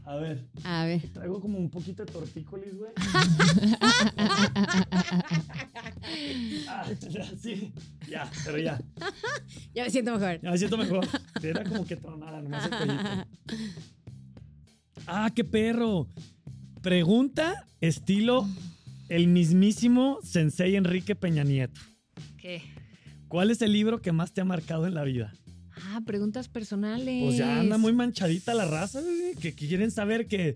Speaker 2: A ver,
Speaker 3: A ver.
Speaker 2: traigo como un poquito de tortícolis,
Speaker 4: (laughs)
Speaker 2: güey. Ah, (laughs) sí, ya, pero ya.
Speaker 3: Ya me siento mejor.
Speaker 2: Ya me siento mejor. Era como que tronara nomás el cuellito. Ah, qué perro. Pregunta estilo el mismísimo Sensei Enrique Peña Nieto.
Speaker 4: ¿Qué?
Speaker 2: ¿Cuál es el libro que más te ha marcado en la vida?
Speaker 4: Ah, preguntas personales.
Speaker 2: Pues ya anda muy manchadita la raza, güey, que quieren saber que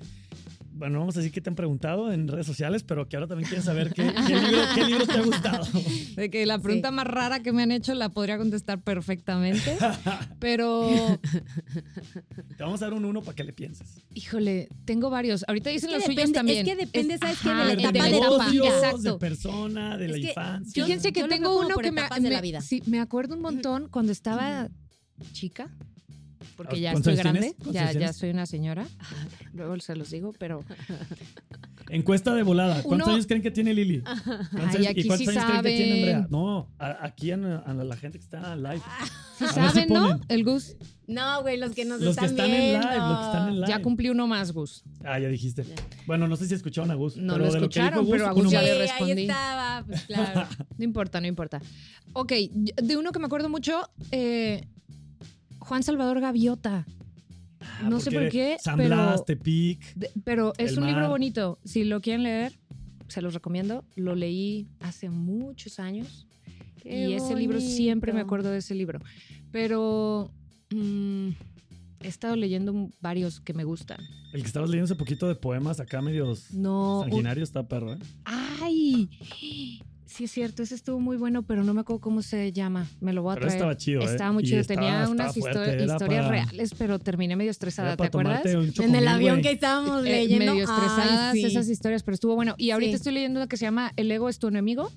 Speaker 2: bueno, vamos a decir que te han preguntado en redes sociales, pero que ahora también quieren saber qué, qué libro, qué libro te ha gustado.
Speaker 4: De que la pregunta más rara que me han hecho la podría contestar
Speaker 2: (laughs)
Speaker 4: perfectamente. Pero,
Speaker 2: Te vamos a dar un uno para que le pienses.
Speaker 4: híjole, tengo varios. Ahorita dicen
Speaker 3: que
Speaker 4: los
Speaker 3: depende-
Speaker 4: suyos también.
Speaker 3: es que depende, ¿sabes qué? De
Speaker 4: ajá,
Speaker 3: la
Speaker 2: A ver,
Speaker 3: etapa
Speaker 2: de
Speaker 3: de la
Speaker 2: negocios,
Speaker 3: vida.
Speaker 2: de
Speaker 3: Exacto.
Speaker 2: persona, de
Speaker 3: Es
Speaker 2: la
Speaker 3: que
Speaker 2: infancia.
Speaker 3: yo-
Speaker 4: Fíjense que
Speaker 3: los
Speaker 4: tengo
Speaker 3: veo como
Speaker 4: uno
Speaker 3: por
Speaker 4: que me,
Speaker 3: etapas de
Speaker 4: me-
Speaker 3: la vida.
Speaker 4: sí, me acuerdo un montón cuando estaba chica, porque ya
Speaker 2: ¿Cuántos
Speaker 4: estoy
Speaker 2: años
Speaker 4: grande,
Speaker 2: Ah, tienes?
Speaker 4: ya,
Speaker 2: ¿Cuántos
Speaker 4: ya
Speaker 2: tienes?
Speaker 4: soy una señora. (laughs) Luego se los digo, pero
Speaker 2: Encuesta de volada. ¿Cuántos
Speaker 4: Uno-
Speaker 2: años creen que tiene Lili? ¿Cuántos
Speaker 4: Ay,
Speaker 2: años-
Speaker 4: aquí
Speaker 2: ¿Y cuántos
Speaker 4: sí
Speaker 2: años creen que tiene
Speaker 4: saben.
Speaker 2: Andrea? No, a- aquí a, a la gente que está live.
Speaker 4: si
Speaker 2: A ver si
Speaker 4: saben, ¿no?
Speaker 2: Ah, ponen.
Speaker 4: El Gus,
Speaker 3: No, güey, los que nos
Speaker 2: los que
Speaker 3: están,
Speaker 2: están
Speaker 3: viendo.
Speaker 2: en live, los que están en live.
Speaker 4: ya cumplí uno más, Gus.
Speaker 2: Ah, ya dijiste.
Speaker 3: Ya.
Speaker 2: Bueno, no sé si escucharon a Gus.
Speaker 4: No
Speaker 2: pero de
Speaker 4: lo
Speaker 2: que dijo
Speaker 4: escucharon, pero a Gus
Speaker 2: uno
Speaker 4: ya
Speaker 2: más.
Speaker 4: le
Speaker 3: Sí,
Speaker 4: respondí.
Speaker 3: Ahí estaba, pues claro.
Speaker 4: No importa, no importa. Ok, de uno que me acuerdo mucho, eh, Juan Salvador Gaviota.
Speaker 2: Ah,
Speaker 4: No sé por
Speaker 2: porque
Speaker 4: qué,
Speaker 2: San
Speaker 4: pero-
Speaker 2: Blas, Tepic.
Speaker 4: De- pero es
Speaker 2: El
Speaker 4: un libro
Speaker 2: mar.
Speaker 4: bonito. Si lo quieren leer, se los recomiendo. Lo leí hace muchos años. y ese libro siempre me acuerdo de ese libro. Pero mm, he estado leyendo varios que me gustan.
Speaker 2: El que estabas leyendo hace poquito de poemas acá medios
Speaker 4: No. un-
Speaker 2: sanguinarios está perro, ¿eh?
Speaker 4: ¡Ay! Sí, es cierto, ese estuvo muy bueno, pero no me acuerdo cómo se llama. Me lo voy a
Speaker 2: Pero
Speaker 4: traer.
Speaker 2: estaba chido, ¿eh?
Speaker 4: Estaba muy
Speaker 2: Y
Speaker 4: chido.
Speaker 2: estaba-
Speaker 4: Tenía
Speaker 2: estaba
Speaker 4: unas histo-
Speaker 2: fuerte, era
Speaker 4: historias
Speaker 2: para-
Speaker 4: reales, pero terminé medio estresada.
Speaker 2: era
Speaker 4: ¿Te
Speaker 2: para
Speaker 4: acuerdas?
Speaker 2: tomarte un
Speaker 3: En el
Speaker 2: chocomil,
Speaker 3: avión
Speaker 2: güey.
Speaker 3: que estábamos
Speaker 4: Eh,
Speaker 3: leyendo.
Speaker 4: medio estresadas
Speaker 3: Ay, sí.
Speaker 4: esas historias, pero estuvo bueno. Y ahorita
Speaker 3: Sí.
Speaker 4: estoy leyendo una que se llama El ego es tu enemigo.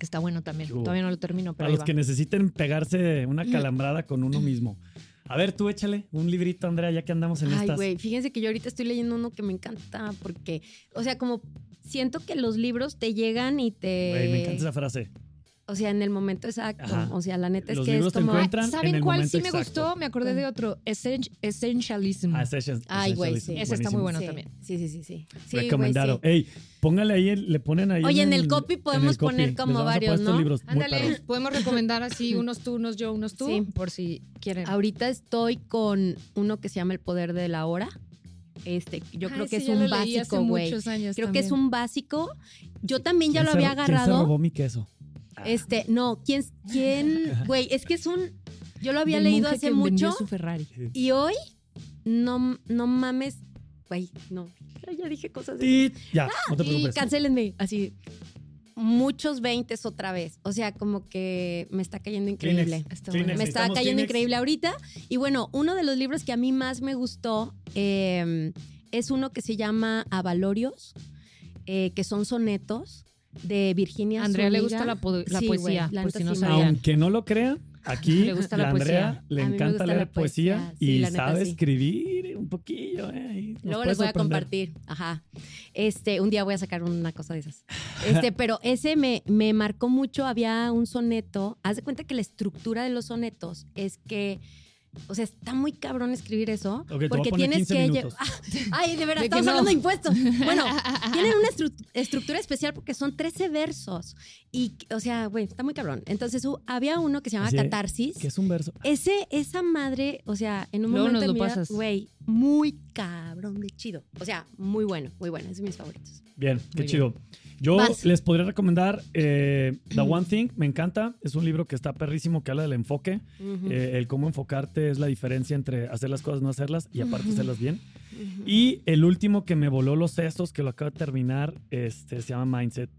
Speaker 4: Está bueno también.
Speaker 2: Yo.
Speaker 4: Todavía no lo termino, pero
Speaker 2: Para
Speaker 4: ahí
Speaker 2: los
Speaker 4: va.
Speaker 2: que necesiten pegarse
Speaker 4: (laughs)
Speaker 2: una calambrada con uno mismo. A ver, tú échale un librito, Andrea, ya que andamos en
Speaker 3: Ay,
Speaker 2: estas.
Speaker 3: güey, fíjense que yo ahorita estoy leyendo uno que me encanta porque, o sea, como siento que los libros te llegan y te...
Speaker 2: Güey, me encanta esa frase.
Speaker 3: O sea, en el momento exacto.
Speaker 2: Ajá.
Speaker 3: O sea, la neta es
Speaker 2: Los
Speaker 3: que es
Speaker 2: libros te
Speaker 3: como...
Speaker 4: Ay,
Speaker 2: entran en
Speaker 4: ¿Saben
Speaker 2: el
Speaker 4: cuál
Speaker 2: momento
Speaker 4: sí me
Speaker 2: exacto.
Speaker 4: gustó? Me acordé de otro. Essen- Essentialism.
Speaker 2: Ah, Essential-
Speaker 3: Ay, güey,
Speaker 2: Essentialism,
Speaker 3: sí.
Speaker 4: Ese está muy
Speaker 2: buenísimo.
Speaker 4: bueno
Speaker 3: Sí,
Speaker 4: también.
Speaker 3: Sí, sí, sí, sí. Sí, güey,
Speaker 2: Recomendado.
Speaker 3: sí.
Speaker 2: Ey, póngale ahí, el- le ponen ahí.
Speaker 3: Oye, en el copy podemos poner
Speaker 2: Les
Speaker 3: como
Speaker 2: vamos a poner
Speaker 3: varios,
Speaker 2: estos
Speaker 3: ¿no?
Speaker 2: libros muy
Speaker 4: Ándale,
Speaker 2: perros.
Speaker 4: podemos recomendar (laughs) así unos tú, unos yo, unos tú, Ah,
Speaker 3: Sí.
Speaker 4: por si quieren.
Speaker 3: Ahorita estoy con uno que se llama El Poder de la Hora. Este, yo creo
Speaker 4: Ay,
Speaker 3: que es
Speaker 4: sí, Ah, ya
Speaker 3: un
Speaker 4: lo leí hace
Speaker 3: básico, güey. Creo
Speaker 4: muchos años
Speaker 3: que es
Speaker 4: Pues también.
Speaker 3: un básico. Yo también ya
Speaker 2: ¿Quién
Speaker 3: lo
Speaker 2: se
Speaker 3: había
Speaker 2: ro- ¿Quién se
Speaker 3: agarrado.
Speaker 2: robó mi queso?
Speaker 3: Este, no, ¿quién, quién,
Speaker 2: (laughs)
Speaker 3: güey? Es que es un, yo lo había
Speaker 4: Del
Speaker 3: leído
Speaker 4: monje
Speaker 3: hace
Speaker 4: que vendió
Speaker 3: mucho
Speaker 4: su (laughs) Ferrari.
Speaker 3: y hoy, no, no mames, güey, no, Ay, ya dije cosas. de-
Speaker 2: Tit. Ya, no te
Speaker 3: Y
Speaker 2: preocupes.
Speaker 3: cancélenme, así, muchos veintes otra vez, o sea, como que me está cayendo increíble.
Speaker 2: Kleenex.
Speaker 4: Está
Speaker 2: Kleenex,
Speaker 4: bueno.
Speaker 3: Me está
Speaker 2: necesitamos
Speaker 3: cayendo
Speaker 2: Kleenex.
Speaker 3: increíble ahorita. Y bueno, uno de los libros que a mí más me gustó eh, es uno que se llama Avalorios, eh, que son sonetos de Virginia
Speaker 4: A Andrea le
Speaker 3: Zúñiga.
Speaker 4: gusta la, po- la
Speaker 3: Sí, güey,
Speaker 4: poesía,
Speaker 3: la
Speaker 4: por
Speaker 3: neta
Speaker 4: si no
Speaker 3: sí me
Speaker 4: sabían.
Speaker 2: Aunque no lo crean, aquí
Speaker 3: (laughs)
Speaker 4: Le gusta
Speaker 2: la
Speaker 4: la
Speaker 2: Andrea le
Speaker 3: A mí me
Speaker 2: encanta
Speaker 3: gusta
Speaker 2: leer
Speaker 3: la
Speaker 2: poesía,
Speaker 3: poesía, sí,
Speaker 2: y
Speaker 3: la neta,
Speaker 2: sabe
Speaker 3: sí.
Speaker 2: escribir un poquillo. eh, ahí nos
Speaker 3: Luego
Speaker 2: puede
Speaker 3: les voy a
Speaker 2: sorprender.
Speaker 3: compartir. Ajá. Este, un día voy a sacar una cosa
Speaker 2: (laughs)
Speaker 3: de esas. Este, pero ese me, me marcó mucho. Había un soneto. Haz de cuenta que la estructura de los sonetos es que. O sea, está muy cabrón escribir eso.
Speaker 2: Ok, te voy a
Speaker 3: porque
Speaker 2: poner
Speaker 3: tienes
Speaker 2: 15
Speaker 3: que. lle-
Speaker 2: minutos.
Speaker 3: (laughs) Ay, de verdad,
Speaker 4: De que
Speaker 3: estamos
Speaker 4: no.
Speaker 3: hablando de impuestos. Bueno,
Speaker 4: (laughs)
Speaker 3: tienen una estru- estructura especial porque son 13 versos. Y, o sea, güey, está muy cabrón. Entonces, hu- había uno que se llamaba
Speaker 2: Así de-
Speaker 3: Catarsis.
Speaker 2: Que es un verso.
Speaker 3: Ese, esa madre, o sea, en un
Speaker 4: Luego
Speaker 3: momento
Speaker 4: nos
Speaker 3: de
Speaker 4: lo
Speaker 3: mi vida,
Speaker 4: pasas.
Speaker 3: güey, muy cabrón de chido. O sea, muy bueno, muy bueno, es de mis favoritos.
Speaker 2: Bien, qué
Speaker 4: bien.
Speaker 2: chido. Yo
Speaker 3: Vas.
Speaker 2: les podría recomendar eh,
Speaker 3: (clears throat)
Speaker 2: The One Thing, me encanta. Es un libro que está perrísimo, que habla del enfoque.
Speaker 3: Ujú,
Speaker 2: Eh, el cómo enfocarte es la diferencia entre hacer las cosas, no hacerlas y aparte
Speaker 3: Ujú.
Speaker 2: hacerlas bien.
Speaker 3: ujú.
Speaker 2: Y el último que me voló los sesos, que lo acabo de terminar, este, se llama Mindset.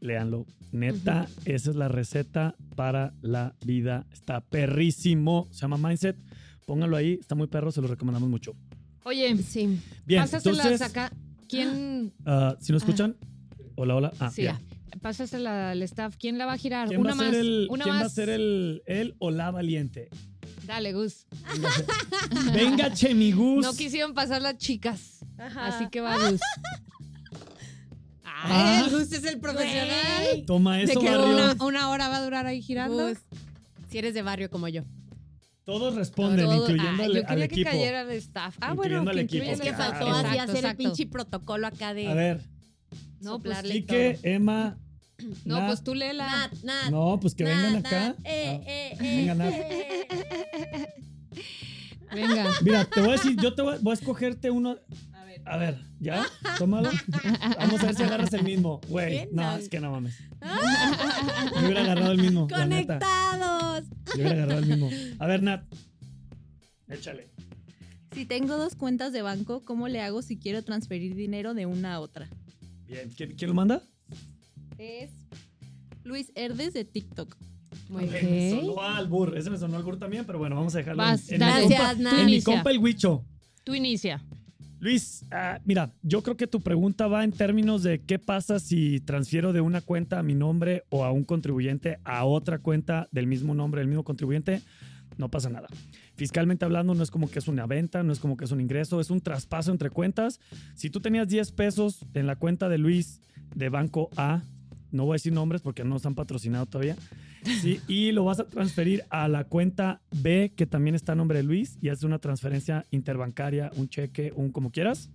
Speaker 2: Leanlo. Neta, esa es la receta para la vida. Está perrísimo. Se llama Mindset. Póngalo ahí. Está muy perro. Se lo recomendamos mucho.
Speaker 4: Oye,
Speaker 3: Sí.
Speaker 2: Bien,
Speaker 4: pásaselas
Speaker 2: entonces,
Speaker 4: acá. ¿Quién?
Speaker 2: ah, si nos escuchan, hola, hola. Ah,
Speaker 4: sí,
Speaker 2: bien.
Speaker 4: pásasela al staff. ¿Quién la va a girar?
Speaker 2: ¿Quién,
Speaker 4: una
Speaker 2: va, a
Speaker 4: más.
Speaker 2: ser el,
Speaker 4: una
Speaker 2: quién
Speaker 4: más.
Speaker 2: va a ser el, el o la
Speaker 4: (laughs)
Speaker 2: valiente?
Speaker 4: Dale, Gus.
Speaker 2: Venga, Chemigus.
Speaker 4: No quisieron pasar las chicas. Así
Speaker 3: Así que
Speaker 4: que va
Speaker 3: (laughs)
Speaker 4: Gus.
Speaker 2: Ah.
Speaker 4: Ay, el Gus es el profesional.
Speaker 3: Ah. Güey,
Speaker 2: Toma
Speaker 4: Se
Speaker 2: eso,
Speaker 4: quedó
Speaker 2: barrio.
Speaker 4: una, una hora va a durar ahí girando.
Speaker 2: Pues,
Speaker 3: Gus, si eres de barrio como yo.
Speaker 2: Todos responden,
Speaker 4: Todo-
Speaker 2: incluyendo
Speaker 4: Ah,
Speaker 2: al,
Speaker 4: yo quería
Speaker 2: al
Speaker 4: que
Speaker 2: equipo.
Speaker 4: cayera el staff. Ah, bueno,
Speaker 2: Incluyendo al
Speaker 4: que
Speaker 2: equipo,
Speaker 4: incluya
Speaker 3: Es
Speaker 4: el
Speaker 3: que
Speaker 2: claro.
Speaker 4: staff.
Speaker 3: faltó
Speaker 2: Exacto,
Speaker 3: así hacer el pinche protocolo acá de
Speaker 2: A ver,
Speaker 4: No, pues,
Speaker 3: soplarle y
Speaker 2: Quique, Emma.
Speaker 4: (clears throat) No,
Speaker 2: Nat.
Speaker 4: pues tú
Speaker 3: todo.
Speaker 4: léela.
Speaker 3: Nat, Nat,
Speaker 2: No, pues que
Speaker 3: Nat,
Speaker 2: vengan
Speaker 3: Nat,
Speaker 2: acá.
Speaker 3: eh,
Speaker 2: Ah,
Speaker 3: eh,
Speaker 2: venga,
Speaker 3: eh,
Speaker 2: Nat.
Speaker 3: eh, eh.
Speaker 4: Venga.
Speaker 2: Ah, Mira, te voy a decir, yo te voy, a- voy a escogerte uno. A ver. ¿ya? Tómalo. Vamos a ver si agarras el mismo. Güey,
Speaker 3: Bien,
Speaker 2: no,
Speaker 3: no.
Speaker 2: es que no mames.
Speaker 4: Ah.
Speaker 2: Yo hubiera agarrado el mismo. la neta.
Speaker 3: Conectados.
Speaker 2: Yo hubiera agarrado el mismo. A ver, Nat. Échale.
Speaker 6: Si tengo dos cuentas de banco, ¿cómo le hago si quiero transferir dinero de una a otra?
Speaker 2: Bien, ¿quién, quién lo manda?
Speaker 6: Es Luis Herdes de TikTok.
Speaker 3: Muy
Speaker 2: Ok,
Speaker 3: bien.
Speaker 2: Me sonó al burro. Ese me sonó al burro también, pero bueno, vamos a dejarlo. en-
Speaker 4: Vas,
Speaker 2: en, mi
Speaker 4: dale.
Speaker 2: compa-
Speaker 3: Gracias,
Speaker 4: Tú
Speaker 2: en
Speaker 3: Nat.
Speaker 2: mi
Speaker 4: inicia.
Speaker 2: compa el huicho.
Speaker 4: Tú inicia.
Speaker 2: Luis, ah, mira, yo creo que tu pregunta va en términos de qué pasa si transfiero de una cuenta a mi nombre o a un contribuyente a otra cuenta del mismo nombre, del mismo contribuyente. No pasa nada. Fiscalmente hablando, no es como que es una venta, no es como que es un ingreso, es un traspaso entre cuentas. Si tú tenías 10 pesos en la cuenta de Luis de Banco A, no voy a decir nombres porque no nos han patrocinado todavía, sí, y lo vas a transferir a la cuenta B, que también está a nombre de Luis, y haces una transferencia interbancaria, un cheque, un como quieras.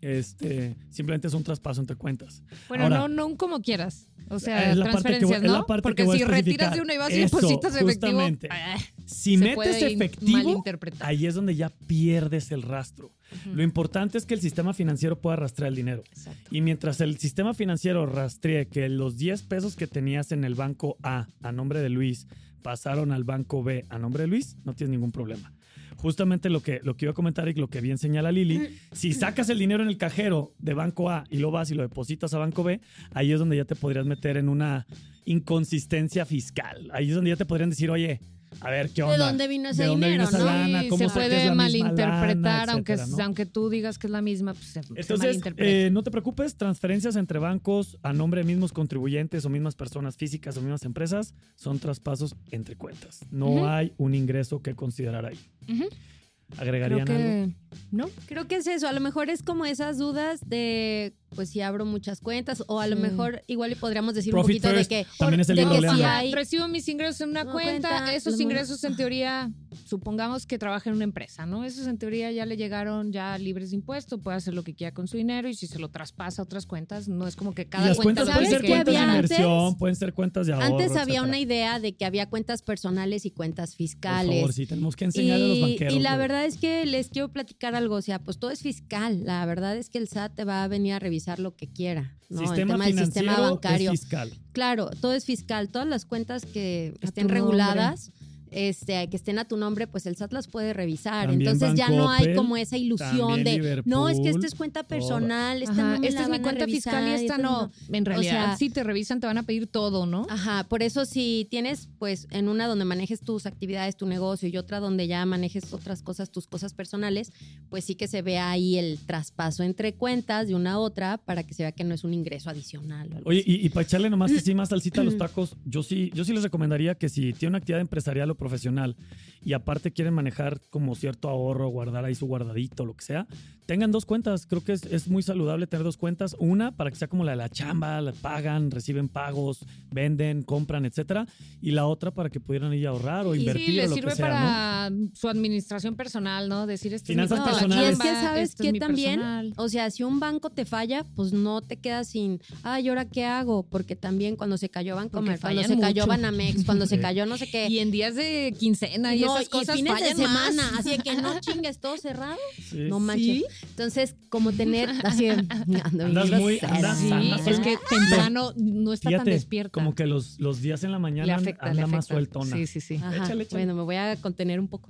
Speaker 2: Este, simplemente es un traspaso entre cuentas.
Speaker 4: Bueno,
Speaker 2: Ahora-
Speaker 4: no, no como quieras. O sea,
Speaker 2: Es la parte que
Speaker 4: transferencias,
Speaker 2: voy- es
Speaker 4: ¿no?
Speaker 2: la parte
Speaker 4: Porque
Speaker 2: que voy a
Speaker 4: si retiras de
Speaker 2: especificar.
Speaker 4: una y vas y
Speaker 2: Eso,
Speaker 4: depositas efectivo,
Speaker 2: justamente.
Speaker 4: ah,
Speaker 2: Si
Speaker 4: se
Speaker 2: metes
Speaker 4: puede in-
Speaker 2: efectivo,
Speaker 4: malinterpretar.
Speaker 2: ahí es donde ya pierdes el rastro.
Speaker 4: Ujú.
Speaker 2: Lo importante es que el sistema financiero pueda rastrear el dinero.
Speaker 4: Exacto.
Speaker 2: Y mientras el sistema financiero rastree que los 10 pesos que tenías en el banco A a nombre de Luis pasaron al banco B a nombre de Luis, no tienes ningún problema. Justamente lo que, lo que iba a comentar y lo que bien señala Lili, si sacas el dinero en el cajero de banco A y lo vas y lo depositas a banco B, ahí es donde ya te podrías meter en una inconsistencia fiscal. Ahí es donde ya te podrían decir, oye, a ver, ¿qué
Speaker 3: ¿De
Speaker 2: onda?
Speaker 3: dónde vino ese
Speaker 2: ¿De dónde
Speaker 3: dinero,
Speaker 2: vino esa
Speaker 3: no?
Speaker 2: lana?
Speaker 4: Sí,
Speaker 2: ¿Cómo
Speaker 4: se
Speaker 2: sé que es
Speaker 4: puede
Speaker 2: la misma
Speaker 4: malinterpretar,
Speaker 2: lana,
Speaker 4: aunque,
Speaker 2: etcétera, ¿no?
Speaker 4: aunque tú digas que es la misma, pues se, se
Speaker 2: Entonces,
Speaker 4: malinterpreta.
Speaker 2: eh, no te preocupes, transferencias entre bancos a nombre de mismos contribuyentes o mismas personas físicas o mismas empresas son traspasos entre cuentas. No
Speaker 4: Ujú.
Speaker 2: hay un ingreso que considerar ahí.
Speaker 4: Ujú. Creo
Speaker 2: ¿Agregarían algo?
Speaker 4: que... ¿No?
Speaker 3: Creo que es eso, a lo mejor es como esas dudas de, pues si abro muchas cuentas, o a lo
Speaker 4: Sí.
Speaker 3: mejor igual y podríamos decir
Speaker 2: Profit
Speaker 3: un poquito
Speaker 2: first,
Speaker 3: de que...
Speaker 2: También es el
Speaker 3: de que
Speaker 2: problema.
Speaker 3: si
Speaker 4: Ajá,
Speaker 3: hay-
Speaker 4: recibo mis ingresos en una
Speaker 3: Una
Speaker 4: cuenta,
Speaker 3: cuenta,
Speaker 4: esos
Speaker 3: los-
Speaker 4: ingresos en teoría, supongamos que trabaja en una empresa, ¿no? Esos en teoría ya le llegaron ya libres de impuesto, puede hacer lo que quiera con su dinero y si se lo traspasa a otras cuentas, no es como que
Speaker 2: Y
Speaker 4: cada
Speaker 2: las
Speaker 4: cuenta
Speaker 2: cuentas
Speaker 3: ¿sabes
Speaker 2: pueden ser
Speaker 3: qué
Speaker 2: cuentas de
Speaker 3: había antes?
Speaker 2: inversión, pueden ser cuentas de ahorro.
Speaker 3: Antes había
Speaker 2: etcétera.
Speaker 3: una idea de que había cuentas personales y cuentas
Speaker 2: Por favor,
Speaker 3: fiscales.
Speaker 2: sí, tenemos que enseñar a los banqueros.
Speaker 3: y la
Speaker 2: güey.
Speaker 3: verdad es que les quiero platicar algo, o sea, pues todo es fiscal. La verdad es que el SAT te va a venir a revisar lo que quiera, ¿no? el
Speaker 2: sistema
Speaker 3: tema del
Speaker 2: financiero
Speaker 3: sistema bancario.
Speaker 2: es fiscal.
Speaker 3: Claro, todo es fiscal. Todas las cuentas que
Speaker 4: A
Speaker 3: estén
Speaker 4: tu
Speaker 3: reguladas, este, que estén a tu nombre, pues el SAT las puede revisar.
Speaker 2: También
Speaker 3: Entonces ya no hay
Speaker 2: Bancoppel,
Speaker 3: como esa ilusión
Speaker 2: también
Speaker 3: de, no, es que
Speaker 2: Liverpool,
Speaker 3: esta es cuenta personal, esta,
Speaker 4: Ajá,
Speaker 3: no me
Speaker 4: esta
Speaker 3: la
Speaker 4: es mi
Speaker 3: van a
Speaker 4: cuenta
Speaker 3: revisar,
Speaker 4: fiscal y esta no. En realidad,
Speaker 3: sea-
Speaker 4: si te revisan, te van a pedir todo, ¿no?
Speaker 3: Ajá, por eso si tienes pues en una donde manejes tus actividades, tu negocio y otra donde ya manejes otras cosas, tus cosas personales, pues sí que se vea ahí el traspaso entre cuentas de una a otra para que se vea que no es un ingreso adicional. o algo
Speaker 2: Oye,
Speaker 3: así.
Speaker 2: y, para echarle nomás así más salsita a
Speaker 4: (clears throat)
Speaker 2: los tacos, yo sí, yo sí les recomendaría que si tiene una actividad empresarial o profesional y aparte quieren manejar como cierto ahorro, guardar ahí su guardadito, lo que sea, tengan dos cuentas. Creo que es, es muy saludable tener dos cuentas. Una para que sea como la de la chamba, la pagan, reciben pagos, venden, compran, etcétera. Y la otra para que pudieran ir a ahorrar o
Speaker 4: Y
Speaker 2: invertir
Speaker 4: sí,
Speaker 2: o
Speaker 4: les
Speaker 2: lo
Speaker 4: sirve
Speaker 2: que sea, ¿no?
Speaker 4: para mm, su administración personal, ¿no? Decir, esto
Speaker 2: Finanzas
Speaker 4: es mi cuenta de
Speaker 2: personales.
Speaker 4: chamba,
Speaker 3: Y es que, ¿sabes
Speaker 4: esto es
Speaker 3: qué
Speaker 4: mi
Speaker 3: también?
Speaker 4: personal.
Speaker 3: O sea, si un banco te falla, pues no te quedas sin, ay, ¿ahora qué hago? Porque también cuando se cayó Bancomer,
Speaker 4: Porque
Speaker 3: cuando se
Speaker 4: fallan
Speaker 3: cayó
Speaker 4: mucho.
Speaker 3: Banamex, cuando
Speaker 2: (laughs)
Speaker 3: se
Speaker 2: Sí.
Speaker 3: cayó no sé qué.
Speaker 4: Y en días de quincena y
Speaker 3: Eh, No,
Speaker 4: esas cosas
Speaker 3: fines de
Speaker 4: fallan más.
Speaker 3: semana, así de que (laughs) no chingues, todo cerrado.
Speaker 2: Sí.
Speaker 3: No
Speaker 2: Sí.
Speaker 3: manches. Entonces, como
Speaker 4: (laughs)
Speaker 3: tener así de, ando bien
Speaker 2: Andas muy-
Speaker 3: grosera.
Speaker 2: andas-
Speaker 4: Sí,
Speaker 2: andas
Speaker 4: es que temprano no está tan
Speaker 2: Fíjate,
Speaker 4: despierta.
Speaker 2: como que los, los días en la
Speaker 4: le
Speaker 2: mañana
Speaker 4: afecta, le
Speaker 2: anda más
Speaker 4: afecta.
Speaker 2: sueltona.
Speaker 4: Sí, sí, sí.
Speaker 3: Ajá.
Speaker 2: Échale, échale.
Speaker 3: Bueno, me voy a contener un poco.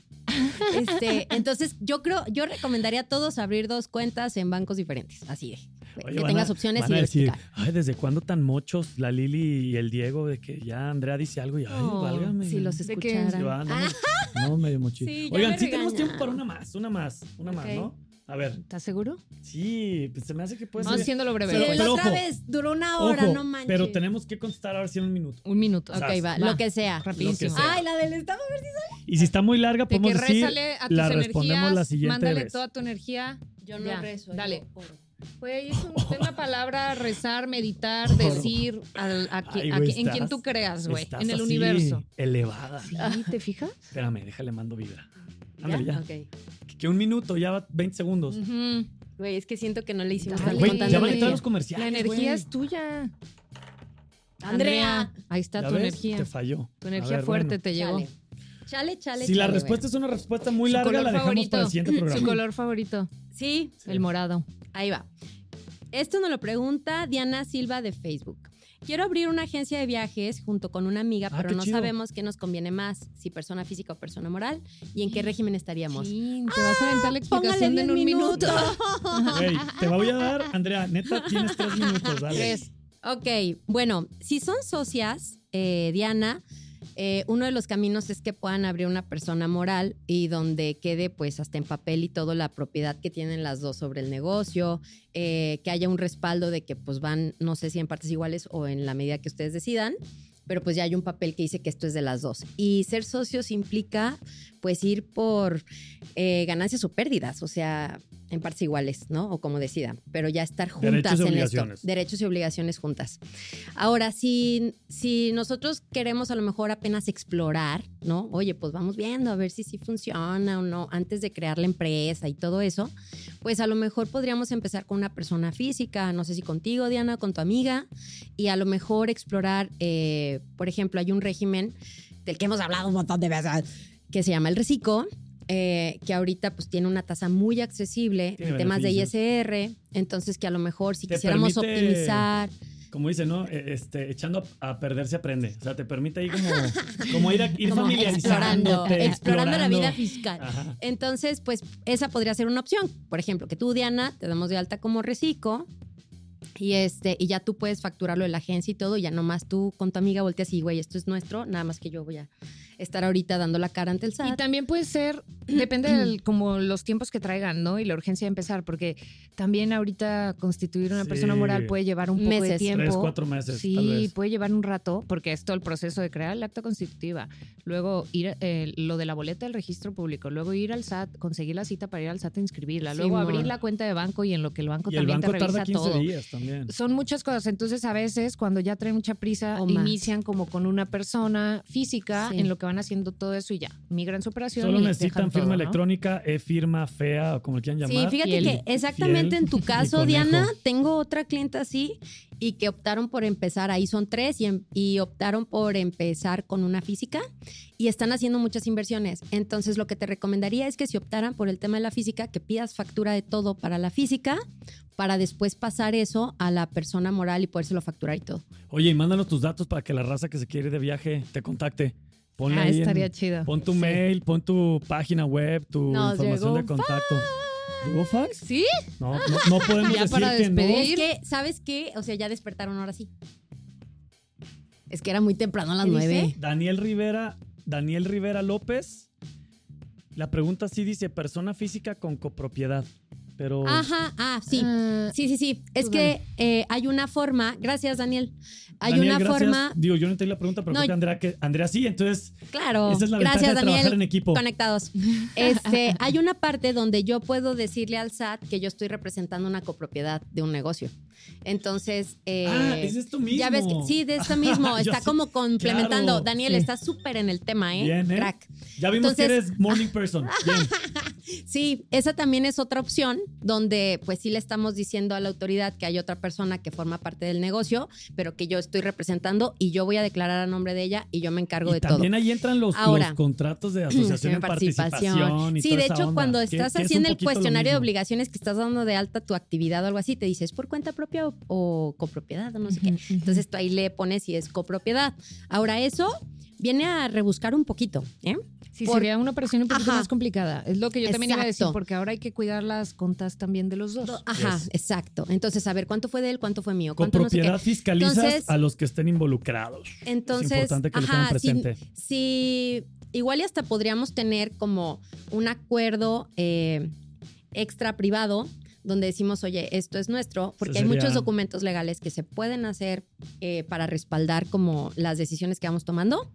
Speaker 3: Este, entonces, yo creo, yo recomendaría a todos abrir dos cuentas en bancos diferentes, así de.
Speaker 2: Oye,
Speaker 3: que
Speaker 2: van
Speaker 3: tengas
Speaker 2: a-
Speaker 3: opciones y
Speaker 2: van a decir,
Speaker 3: diversificar.
Speaker 2: ay, ¿desde cuándo tan mochos la Lili y el Diego de que ya Andrea dice algo y ay,
Speaker 4: No,
Speaker 2: válgame?
Speaker 3: Si los
Speaker 2: Sí,
Speaker 4: ¿De qué?
Speaker 3: escucharan.
Speaker 2: va, no,
Speaker 3: Ah,
Speaker 4: (laughs)
Speaker 2: me- no, medio mochito.
Speaker 3: Sí, ya
Speaker 2: Oigan,
Speaker 3: me
Speaker 2: sí tenemos
Speaker 3: regañaron.
Speaker 2: tiempo para una más, una más, una
Speaker 3: Ok.
Speaker 2: más, ¿no? A ver,
Speaker 4: ¿Estás seguro?
Speaker 2: sí, pues se me hace que puede
Speaker 4: Vamos
Speaker 2: ser.
Speaker 4: haciéndolo breve.
Speaker 3: sí,
Speaker 2: Pero-
Speaker 3: la
Speaker 2: pero
Speaker 3: otra
Speaker 2: ojo,
Speaker 3: vez duró una
Speaker 2: Ojo,
Speaker 3: hora, no manches.
Speaker 2: pero tenemos que contestar ahora sí en un minuto.
Speaker 4: Un minuto.
Speaker 3: Ok,
Speaker 2: Sas,
Speaker 3: va,
Speaker 4: va.
Speaker 3: lo que sea.
Speaker 4: Rapidísimo. Ah,
Speaker 2: sea.
Speaker 3: Ay, la del estado.
Speaker 2: Y si está muy larga,
Speaker 4: de que
Speaker 2: podemos decir,
Speaker 4: rézale a tus
Speaker 2: la
Speaker 4: energías.
Speaker 2: respondemos la siguiente
Speaker 4: mándale
Speaker 2: vez.
Speaker 4: toda tu energía.
Speaker 3: Yo
Speaker 4: no rezo, yo
Speaker 3: Dale.
Speaker 4: Güey, es, un-
Speaker 2: (laughs)
Speaker 4: es la palabra rezar, meditar, decir al- a, qui-
Speaker 2: Ay,
Speaker 4: a
Speaker 2: güey,
Speaker 4: qui- en quien
Speaker 2: estás-
Speaker 4: tú creas, Pues, güey,
Speaker 2: Estás
Speaker 4: en el
Speaker 2: así,
Speaker 4: universo.
Speaker 2: elevada.
Speaker 3: Ah,
Speaker 4: ¿Sí? ¿Te fijas?
Speaker 2: Espérame, déjale, mando vibra. Ándale, ya.
Speaker 3: Ok.
Speaker 2: Que un minuto, ya va 20 segundos.
Speaker 4: Ujú.
Speaker 3: Güey, es que siento que no le hicimos
Speaker 4: Ay,
Speaker 3: tanto
Speaker 2: Güey,
Speaker 3: contando
Speaker 2: ya
Speaker 4: la
Speaker 2: van a
Speaker 3: energía.
Speaker 2: entrar los comerciales.
Speaker 4: La energía
Speaker 2: güey.
Speaker 4: es tuya.
Speaker 3: Andrea.
Speaker 4: Ahí está
Speaker 2: ¿Ya
Speaker 4: tu
Speaker 2: ves?
Speaker 4: energía.
Speaker 2: Te falló.
Speaker 4: Tu
Speaker 2: A
Speaker 4: energía
Speaker 2: ver,
Speaker 4: fuerte
Speaker 2: bueno.
Speaker 4: te llegó.
Speaker 3: Chale, chale, chale.
Speaker 2: Si la
Speaker 3: chale,
Speaker 2: respuesta es una respuesta muy
Speaker 4: Su
Speaker 2: larga,
Speaker 4: color
Speaker 2: la dejamos
Speaker 4: favorito.
Speaker 2: para el siguiente
Speaker 4: (laughs) Su
Speaker 2: programa.
Speaker 4: color favorito,
Speaker 3: bueno. Sí,
Speaker 2: Sí.
Speaker 4: el morado.
Speaker 3: ahí va. Esto nos lo pregunta Diana Silva de Facebook. quiero abrir una agencia de viajes junto con una amiga,
Speaker 2: Ah, qué
Speaker 3: pero no
Speaker 2: chido.
Speaker 3: sabemos qué nos conviene más, si persona física o persona moral, y en qué régimen estaríamos.
Speaker 4: Chin, te vas a aventar
Speaker 2: Ah,
Speaker 4: la explicación de
Speaker 3: diez
Speaker 4: en un minuto.
Speaker 2: Güey, te voy a dar, Andrea, neta, tienes tres minutos, dale.
Speaker 4: Tres.
Speaker 3: Ok, bueno, si son socias, eh, Diana, eh, uno de los caminos es que puedan abrir una persona moral y donde quede pues hasta en papel y todo la propiedad que tienen las dos sobre el negocio, eh, que haya un respaldo de que pues van, no sé si en partes iguales o en la medida que ustedes decidan, pero pues ya hay un papel que dice que esto es de las dos. Y ser socios implica pues ir por eh, ganancias o pérdidas, o sea, en partes iguales, ¿no? O como decidan, pero ya estar juntas
Speaker 2: Derechos y
Speaker 3: en esto.
Speaker 2: obligaciones.
Speaker 3: Derechos y obligaciones juntas. Ahora, si, si nosotros queremos a lo mejor apenas explorar, ¿no? Oye, pues vamos viendo a ver si sí funciona o no, antes de crear la empresa y todo eso, pues a lo mejor podríamos empezar con una persona física, no sé si contigo, Diana, con tu amiga, y a lo mejor explorar, eh, por ejemplo, hay un régimen del que hemos hablado un montón de veces, que se llama el reciclo, eh, que ahorita pues tiene una tasa muy accesible
Speaker 2: Tiene
Speaker 3: en temas de
Speaker 2: beneficios.
Speaker 3: ISR, entonces que a lo mejor si
Speaker 2: Te
Speaker 3: quisiéramos
Speaker 2: permite-
Speaker 3: optimizar,
Speaker 2: Como dice, ¿no? E- Este, echando a, a perder se aprende. O sea, te permite ahí como, como ir, a, ir
Speaker 3: como explorando,
Speaker 2: familiarizándote,
Speaker 3: explorando la vida
Speaker 2: explorando.
Speaker 3: fiscal.
Speaker 2: Ajá.
Speaker 3: Entonces, pues esa podría ser una opción. Por ejemplo, que tú, Diana, te damos de alta como reciclo y, este, y ya tú puedes facturarlo de la agencia y todo, y ya nomás tú con tu amiga volteas y, güey, esto es nuestro, nada más que yo voy a estar ahorita dando la cara ante el
Speaker 4: Y
Speaker 3: SAT.
Speaker 4: también puede ser, (clears throat) depende del, como los tiempos que traigan, ¿no? Y la urgencia de empezar, porque también ahorita constituir una
Speaker 2: Sí.
Speaker 4: persona moral puede llevar un poco de
Speaker 3: Meses.
Speaker 4: tiempo.
Speaker 2: Tres, cuatro meses, tal
Speaker 4: Sí,
Speaker 2: vez.
Speaker 4: puede llevar un rato, porque es todo el proceso de crear el acta constitutiva, luego ir eh, lo de la boleta del registro público, luego ir al SAT, conseguir la cita para ir al SAT a inscribirla, luego
Speaker 3: Simón.
Speaker 4: abrir la cuenta de banco y en lo que el banco
Speaker 2: Y el
Speaker 4: también
Speaker 2: banco
Speaker 4: te
Speaker 2: tarda
Speaker 4: revisa
Speaker 2: 15
Speaker 4: todo.
Speaker 2: días también.
Speaker 4: Son muchas cosas, entonces a veces cuando ya traen mucha prisa,
Speaker 3: O más.
Speaker 4: inician como con una persona física
Speaker 3: Sí.
Speaker 4: en lo que van haciendo todo eso y ya, migran su operación.
Speaker 2: Solo
Speaker 4: y
Speaker 2: necesitan
Speaker 4: dejan todo,
Speaker 2: firma
Speaker 4: ¿no?
Speaker 2: electrónica, e-firma fea o como le quieran
Speaker 3: Sí,
Speaker 2: llamar.
Speaker 3: fíjate
Speaker 4: fiel,
Speaker 3: que exactamente
Speaker 2: fiel
Speaker 3: en
Speaker 2: (laughs)
Speaker 3: tu
Speaker 2: y
Speaker 3: caso,
Speaker 2: conejo.
Speaker 3: Diana, tengo otra cliente así y que optaron por empezar, ahí son tres, y, em- y optaron por empezar con una física y están haciendo muchas inversiones. Entonces, lo que te recomendaría es que si optaran por el tema de la física, que pidas factura de todo para la física para después pasar eso a la persona moral y podérselo facturar y todo.
Speaker 2: Oye, y mándanos tus datos para que la raza que se quiere ir de viaje te contacte. Ponle
Speaker 4: Ah,
Speaker 2: ahí en-
Speaker 4: estaría chido.
Speaker 2: pon tu mail, pon tu página web, tu
Speaker 3: Nos
Speaker 2: información
Speaker 3: llegó
Speaker 2: de
Speaker 3: un
Speaker 2: contacto. ¿Llegó fax?
Speaker 4: Sí,
Speaker 2: No, no, no
Speaker 3: (laughs)
Speaker 2: podemos
Speaker 4: Ya
Speaker 2: decir
Speaker 4: para
Speaker 2: que no.
Speaker 4: despedir.
Speaker 3: Es que, ¿sabes qué? O sea, ya despertaron ahora sí. Es que era muy temprano a las
Speaker 6: ¿Qué dice?
Speaker 3: nueve.
Speaker 2: Daniel Rivera, Daniel Rivera López. La pregunta sí dice persona física con copropiedad, pero
Speaker 3: Ajá, ah, sí. Sí, sí, sí. Es
Speaker 4: Tú
Speaker 3: que eh, hay una forma. Gracias, Daniel. Hay
Speaker 2: Daniel,
Speaker 3: una
Speaker 2: gracias.
Speaker 3: forma.
Speaker 2: Digo, yo no entendí la pregunta, pero
Speaker 3: No,
Speaker 2: creo que Andrea, que Andrea sí, entonces
Speaker 3: Claro.
Speaker 2: esa es la ventaja
Speaker 3: gracias,
Speaker 2: de trabajar en
Speaker 3: Daniel.
Speaker 2: equipo.
Speaker 3: Conectados. Este, hay una parte donde yo puedo decirle al SAT que yo estoy representando una copropiedad de un negocio. Entonces, eh,
Speaker 2: ah, es esto mismo.
Speaker 3: ya ves que sí, de esto mismo.
Speaker 2: (laughs) Yo
Speaker 3: está
Speaker 2: sí,
Speaker 3: como complementando.
Speaker 2: claro.
Speaker 3: Daniel,
Speaker 2: Sí.
Speaker 3: está súper en el tema, ¿eh?
Speaker 2: Bien, ¿eh?
Speaker 3: Crack.
Speaker 2: Ya vimos que
Speaker 3: entonces-
Speaker 2: eres morning
Speaker 3: (laughs)
Speaker 2: person. Bien.
Speaker 3: Sí, esa también es otra opción donde pues sí le estamos diciendo a la autoridad que hay otra persona que forma parte del negocio, pero que yo estoy representando y yo voy a declarar a nombre de ella y yo me encargo
Speaker 2: Y
Speaker 3: de todo. (clears throat)
Speaker 2: también ahí entran los, los
Speaker 3: Ahora.
Speaker 2: contratos
Speaker 3: (clears throat)
Speaker 2: de asociación
Speaker 3: Sí,
Speaker 2: en participación. y
Speaker 3: Sí,
Speaker 2: toda
Speaker 3: de
Speaker 2: esa
Speaker 3: hecho,
Speaker 2: onda,
Speaker 3: cuando
Speaker 2: que-
Speaker 3: estás
Speaker 2: que es un
Speaker 3: haciendo el
Speaker 2: poquito lo
Speaker 3: cuestionario de
Speaker 2: mismo.
Speaker 3: obligaciones que estás dando de alta tu actividad o algo así, te dice, ¿es por cuenta propia o, o copropiedad o no sé qué? Entonces tú ahí le pones si es copropiedad. Ahora eso viene a rebuscar un poquito, ¿eh?
Speaker 4: Sí,
Speaker 3: Por-
Speaker 4: sería una operación un poquito
Speaker 3: Ajá.
Speaker 4: más complicada. Es lo que yo también iba a decir,
Speaker 3: Exacto.
Speaker 4: porque ahora hay que cuidar las contas también de los dos. (laughs)
Speaker 3: Ajá,
Speaker 2: Yes.
Speaker 3: exacto. Entonces, a ver, ¿cuánto fue de él? ¿Cuánto fue mío?
Speaker 2: Con
Speaker 3: ¿Cuánto no sé qué?
Speaker 2: propiedad fiscalizas
Speaker 3: Entonces-
Speaker 2: a los que estén involucrados.
Speaker 3: Entonces,
Speaker 2: es importante que lo tengan
Speaker 3: ajá, sí,
Speaker 2: presente.
Speaker 3: sí, igual y hasta podríamos tener como un acuerdo eh, extra privado donde decimos, oye, esto es nuestro, porque hay
Speaker 2: sería-
Speaker 3: muchos documentos legales que se pueden hacer eh, para respaldar como las decisiones que vamos tomando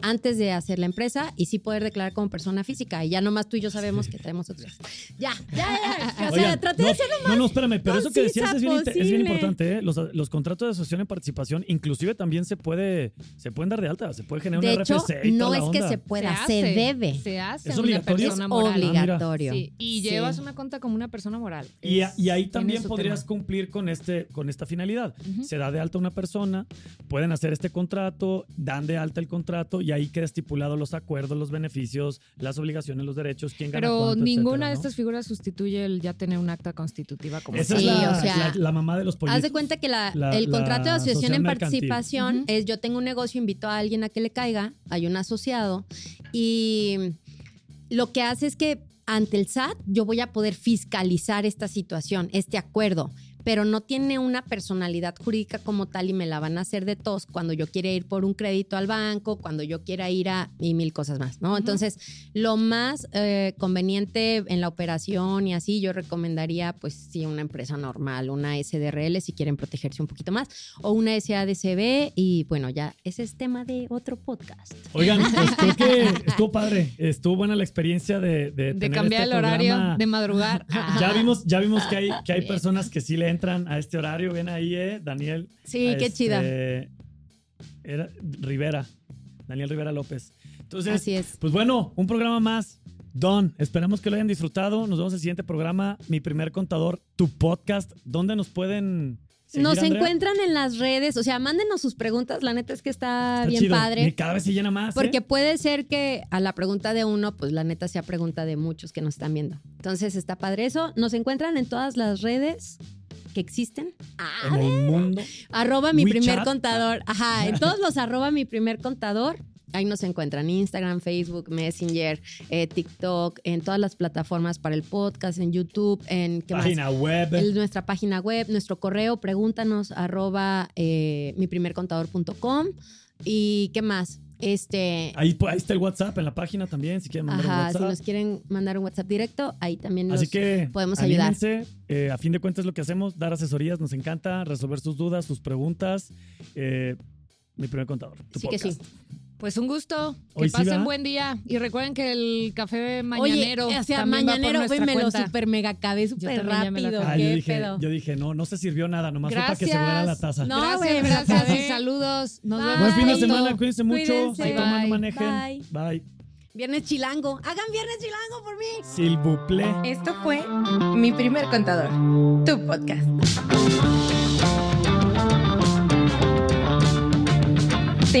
Speaker 3: antes de hacer la empresa y sí poder declarar como persona física. Y ya nomás tú y yo sabemos que tenemos otros. Ya, ya, ya. O sea,
Speaker 2: Oigan,
Speaker 3: traté
Speaker 2: no,
Speaker 3: de ser
Speaker 2: No, no, espérame, pero eso que
Speaker 3: concisa
Speaker 2: decías es bien, inte- es bien
Speaker 3: posible.
Speaker 2: importante. ¿eh? Los, los contratos de asociación en participación, inclusive también se puede, se pueden dar de alta, se puede generar
Speaker 3: De
Speaker 2: una
Speaker 3: hecho,
Speaker 2: RFC y
Speaker 3: no
Speaker 2: toda
Speaker 3: es
Speaker 2: la
Speaker 3: que
Speaker 2: onda.
Speaker 3: se pueda, se,
Speaker 4: hace,
Speaker 3: debe.
Speaker 4: Se hace
Speaker 2: ¿Es
Speaker 4: a una
Speaker 2: obligatorio?
Speaker 4: persona
Speaker 3: Es
Speaker 4: moral.
Speaker 2: obliga-
Speaker 3: obligatorio.
Speaker 4: Sí, Y
Speaker 3: Sí.
Speaker 4: llevas una cuenta como una persona moral.
Speaker 2: Y Y, a- y ahí
Speaker 4: tiene
Speaker 2: también
Speaker 4: su
Speaker 2: podrías
Speaker 4: tema.
Speaker 2: cumplir con, este, con esta finalidad.
Speaker 4: Ujú.
Speaker 2: Se da de alta una persona, pueden hacer este contrato, dan de alta el contrato y ahí queda estipulado los acuerdos, los beneficios, las obligaciones, los derechos, quién gana
Speaker 4: Pero
Speaker 2: cuánto,
Speaker 4: ninguna
Speaker 2: etcétera,
Speaker 4: de estas figuras sustituye el ya tener un acta constitutiva
Speaker 2: ¿no?
Speaker 4: como
Speaker 2: Esa
Speaker 4: tal.
Speaker 2: es
Speaker 3: Sí,
Speaker 2: la,
Speaker 3: o sea,
Speaker 2: la- la mamá de los pollitos.
Speaker 3: Haz de cuenta que la-
Speaker 2: La-
Speaker 3: el contrato
Speaker 2: la
Speaker 3: de asociación
Speaker 2: asociación
Speaker 3: en
Speaker 2: mercantil.
Speaker 3: participación
Speaker 4: Ujú.
Speaker 3: es yo tengo un negocio, invito a alguien a que le caiga, hay un asociado y lo que hace es que ante el SAT yo voy a poder fiscalizar esta situación, este acuerdo, pero no tiene una personalidad jurídica como tal y me la van a hacer de tos cuando yo quiera ir por un crédito al banco, cuando yo quiera ir a y mil cosas más, ¿no? Entonces, lo más eh, conveniente en la operación y así, yo recomendaría, pues, sí, una empresa normal, una SDRL, si quieren protegerse un poquito más, o una SADCB, y bueno, ya ese es tema de otro podcast.
Speaker 2: Oigan, pues creo que estuvo padre, estuvo buena la experiencia de, de,
Speaker 4: De
Speaker 2: tener
Speaker 4: cambiar
Speaker 2: este
Speaker 4: el horario,
Speaker 2: programa.
Speaker 4: de madrugar.
Speaker 2: (laughs)
Speaker 4: Ah,
Speaker 2: Ya vimos, ya vimos que hay, que hay
Speaker 4: Bien.
Speaker 2: personas que sí le entran a este horario. Ven ahí, eh, Daniel.
Speaker 3: Sí, qué
Speaker 2: este,
Speaker 3: chida.
Speaker 2: Era Rivera, Daniel Rivera López. Entonces,
Speaker 3: Así es.
Speaker 2: Pues bueno, un programa más. Don, esperamos que lo hayan disfrutado. Nos vemos en el siguiente programa. Mi primer contador, tu podcast. ¿Dónde nos pueden seguir,
Speaker 3: Nos
Speaker 2: Andrea?
Speaker 3: encuentran en las redes, o sea, mándenos sus preguntas, la neta es que está,
Speaker 2: Está
Speaker 3: bien
Speaker 2: chido. Y
Speaker 3: padre.
Speaker 2: cada vez se llena más. ¿eh?
Speaker 3: Porque puede ser que a la pregunta de uno, pues la neta sea pregunta de muchos que nos están viendo. Entonces está padre eso. Nos encuentran en todas las redes que existen.
Speaker 2: ¿eh? en
Speaker 3: Ah,
Speaker 2: el mundo.
Speaker 3: arroba mi primer
Speaker 2: WeChat. Ah.
Speaker 3: contador. Ajá, en
Speaker 2: (laughs)
Speaker 3: todos los arroba mi primer contador. Ahí nos encuentran Instagram, Facebook, Messenger, eh, TikTok, en todas las plataformas para el podcast, en YouTube, en ¿qué más?
Speaker 2: Página web.
Speaker 3: El- nuestra página web, nuestro correo, pregúntanos arroba eh, miprimercontador.com y qué más. Este,
Speaker 2: Ahí, pues, ahí está el WhatsApp en la página también, si quieren mandar un
Speaker 3: ajá, si
Speaker 2: WhatsApp.
Speaker 3: nos quieren mandar un WhatsApp directo, ahí también nos...
Speaker 2: Así que
Speaker 3: podemos ayudar.
Speaker 2: anímense. Eh, a fin de cuentas, lo que hacemos, dar asesorías, nos encanta resolver sus dudas, sus preguntas. Eh, mi primer contador. tu
Speaker 3: Sí que sí.
Speaker 2: podcast.
Speaker 4: Pues un gusto. Que
Speaker 2: Hoy sí,
Speaker 4: pasen
Speaker 2: ¿verdad?
Speaker 4: buen día. Y recuerden que el
Speaker 3: Oye,
Speaker 4: café mañanero.
Speaker 3: o sea,
Speaker 4: también va por
Speaker 3: mañanero, güey,
Speaker 4: nuestra
Speaker 3: me lo
Speaker 4: cuenta.
Speaker 3: super mega acabé súper
Speaker 4: también ya me lo
Speaker 3: rápido.
Speaker 4: acabé.
Speaker 2: Ah, yo
Speaker 3: qué
Speaker 2: dije,
Speaker 3: pedo.
Speaker 2: yo dije, no, no se sirvió nada, nomás fue para que se huela la
Speaker 4: Gracias.
Speaker 2: taza.
Speaker 3: No, güey,
Speaker 4: gracias, ¿eh?
Speaker 3: me lo
Speaker 4: gracias y
Speaker 3: acabé.
Speaker 4: saludos. Nos
Speaker 3: Bye.
Speaker 4: vemos.
Speaker 2: Buen fin de
Speaker 3: Ay,
Speaker 2: semana, cuídense mucho.
Speaker 3: Cuídense.
Speaker 2: Si toman, no
Speaker 4: Bye.
Speaker 2: manejen. Bye.
Speaker 3: Viernes chilango. Hagan viernes chilango por mí.
Speaker 2: S'il vous plaît.
Speaker 1: Esto fue Mi primer contador, tu podcast. Te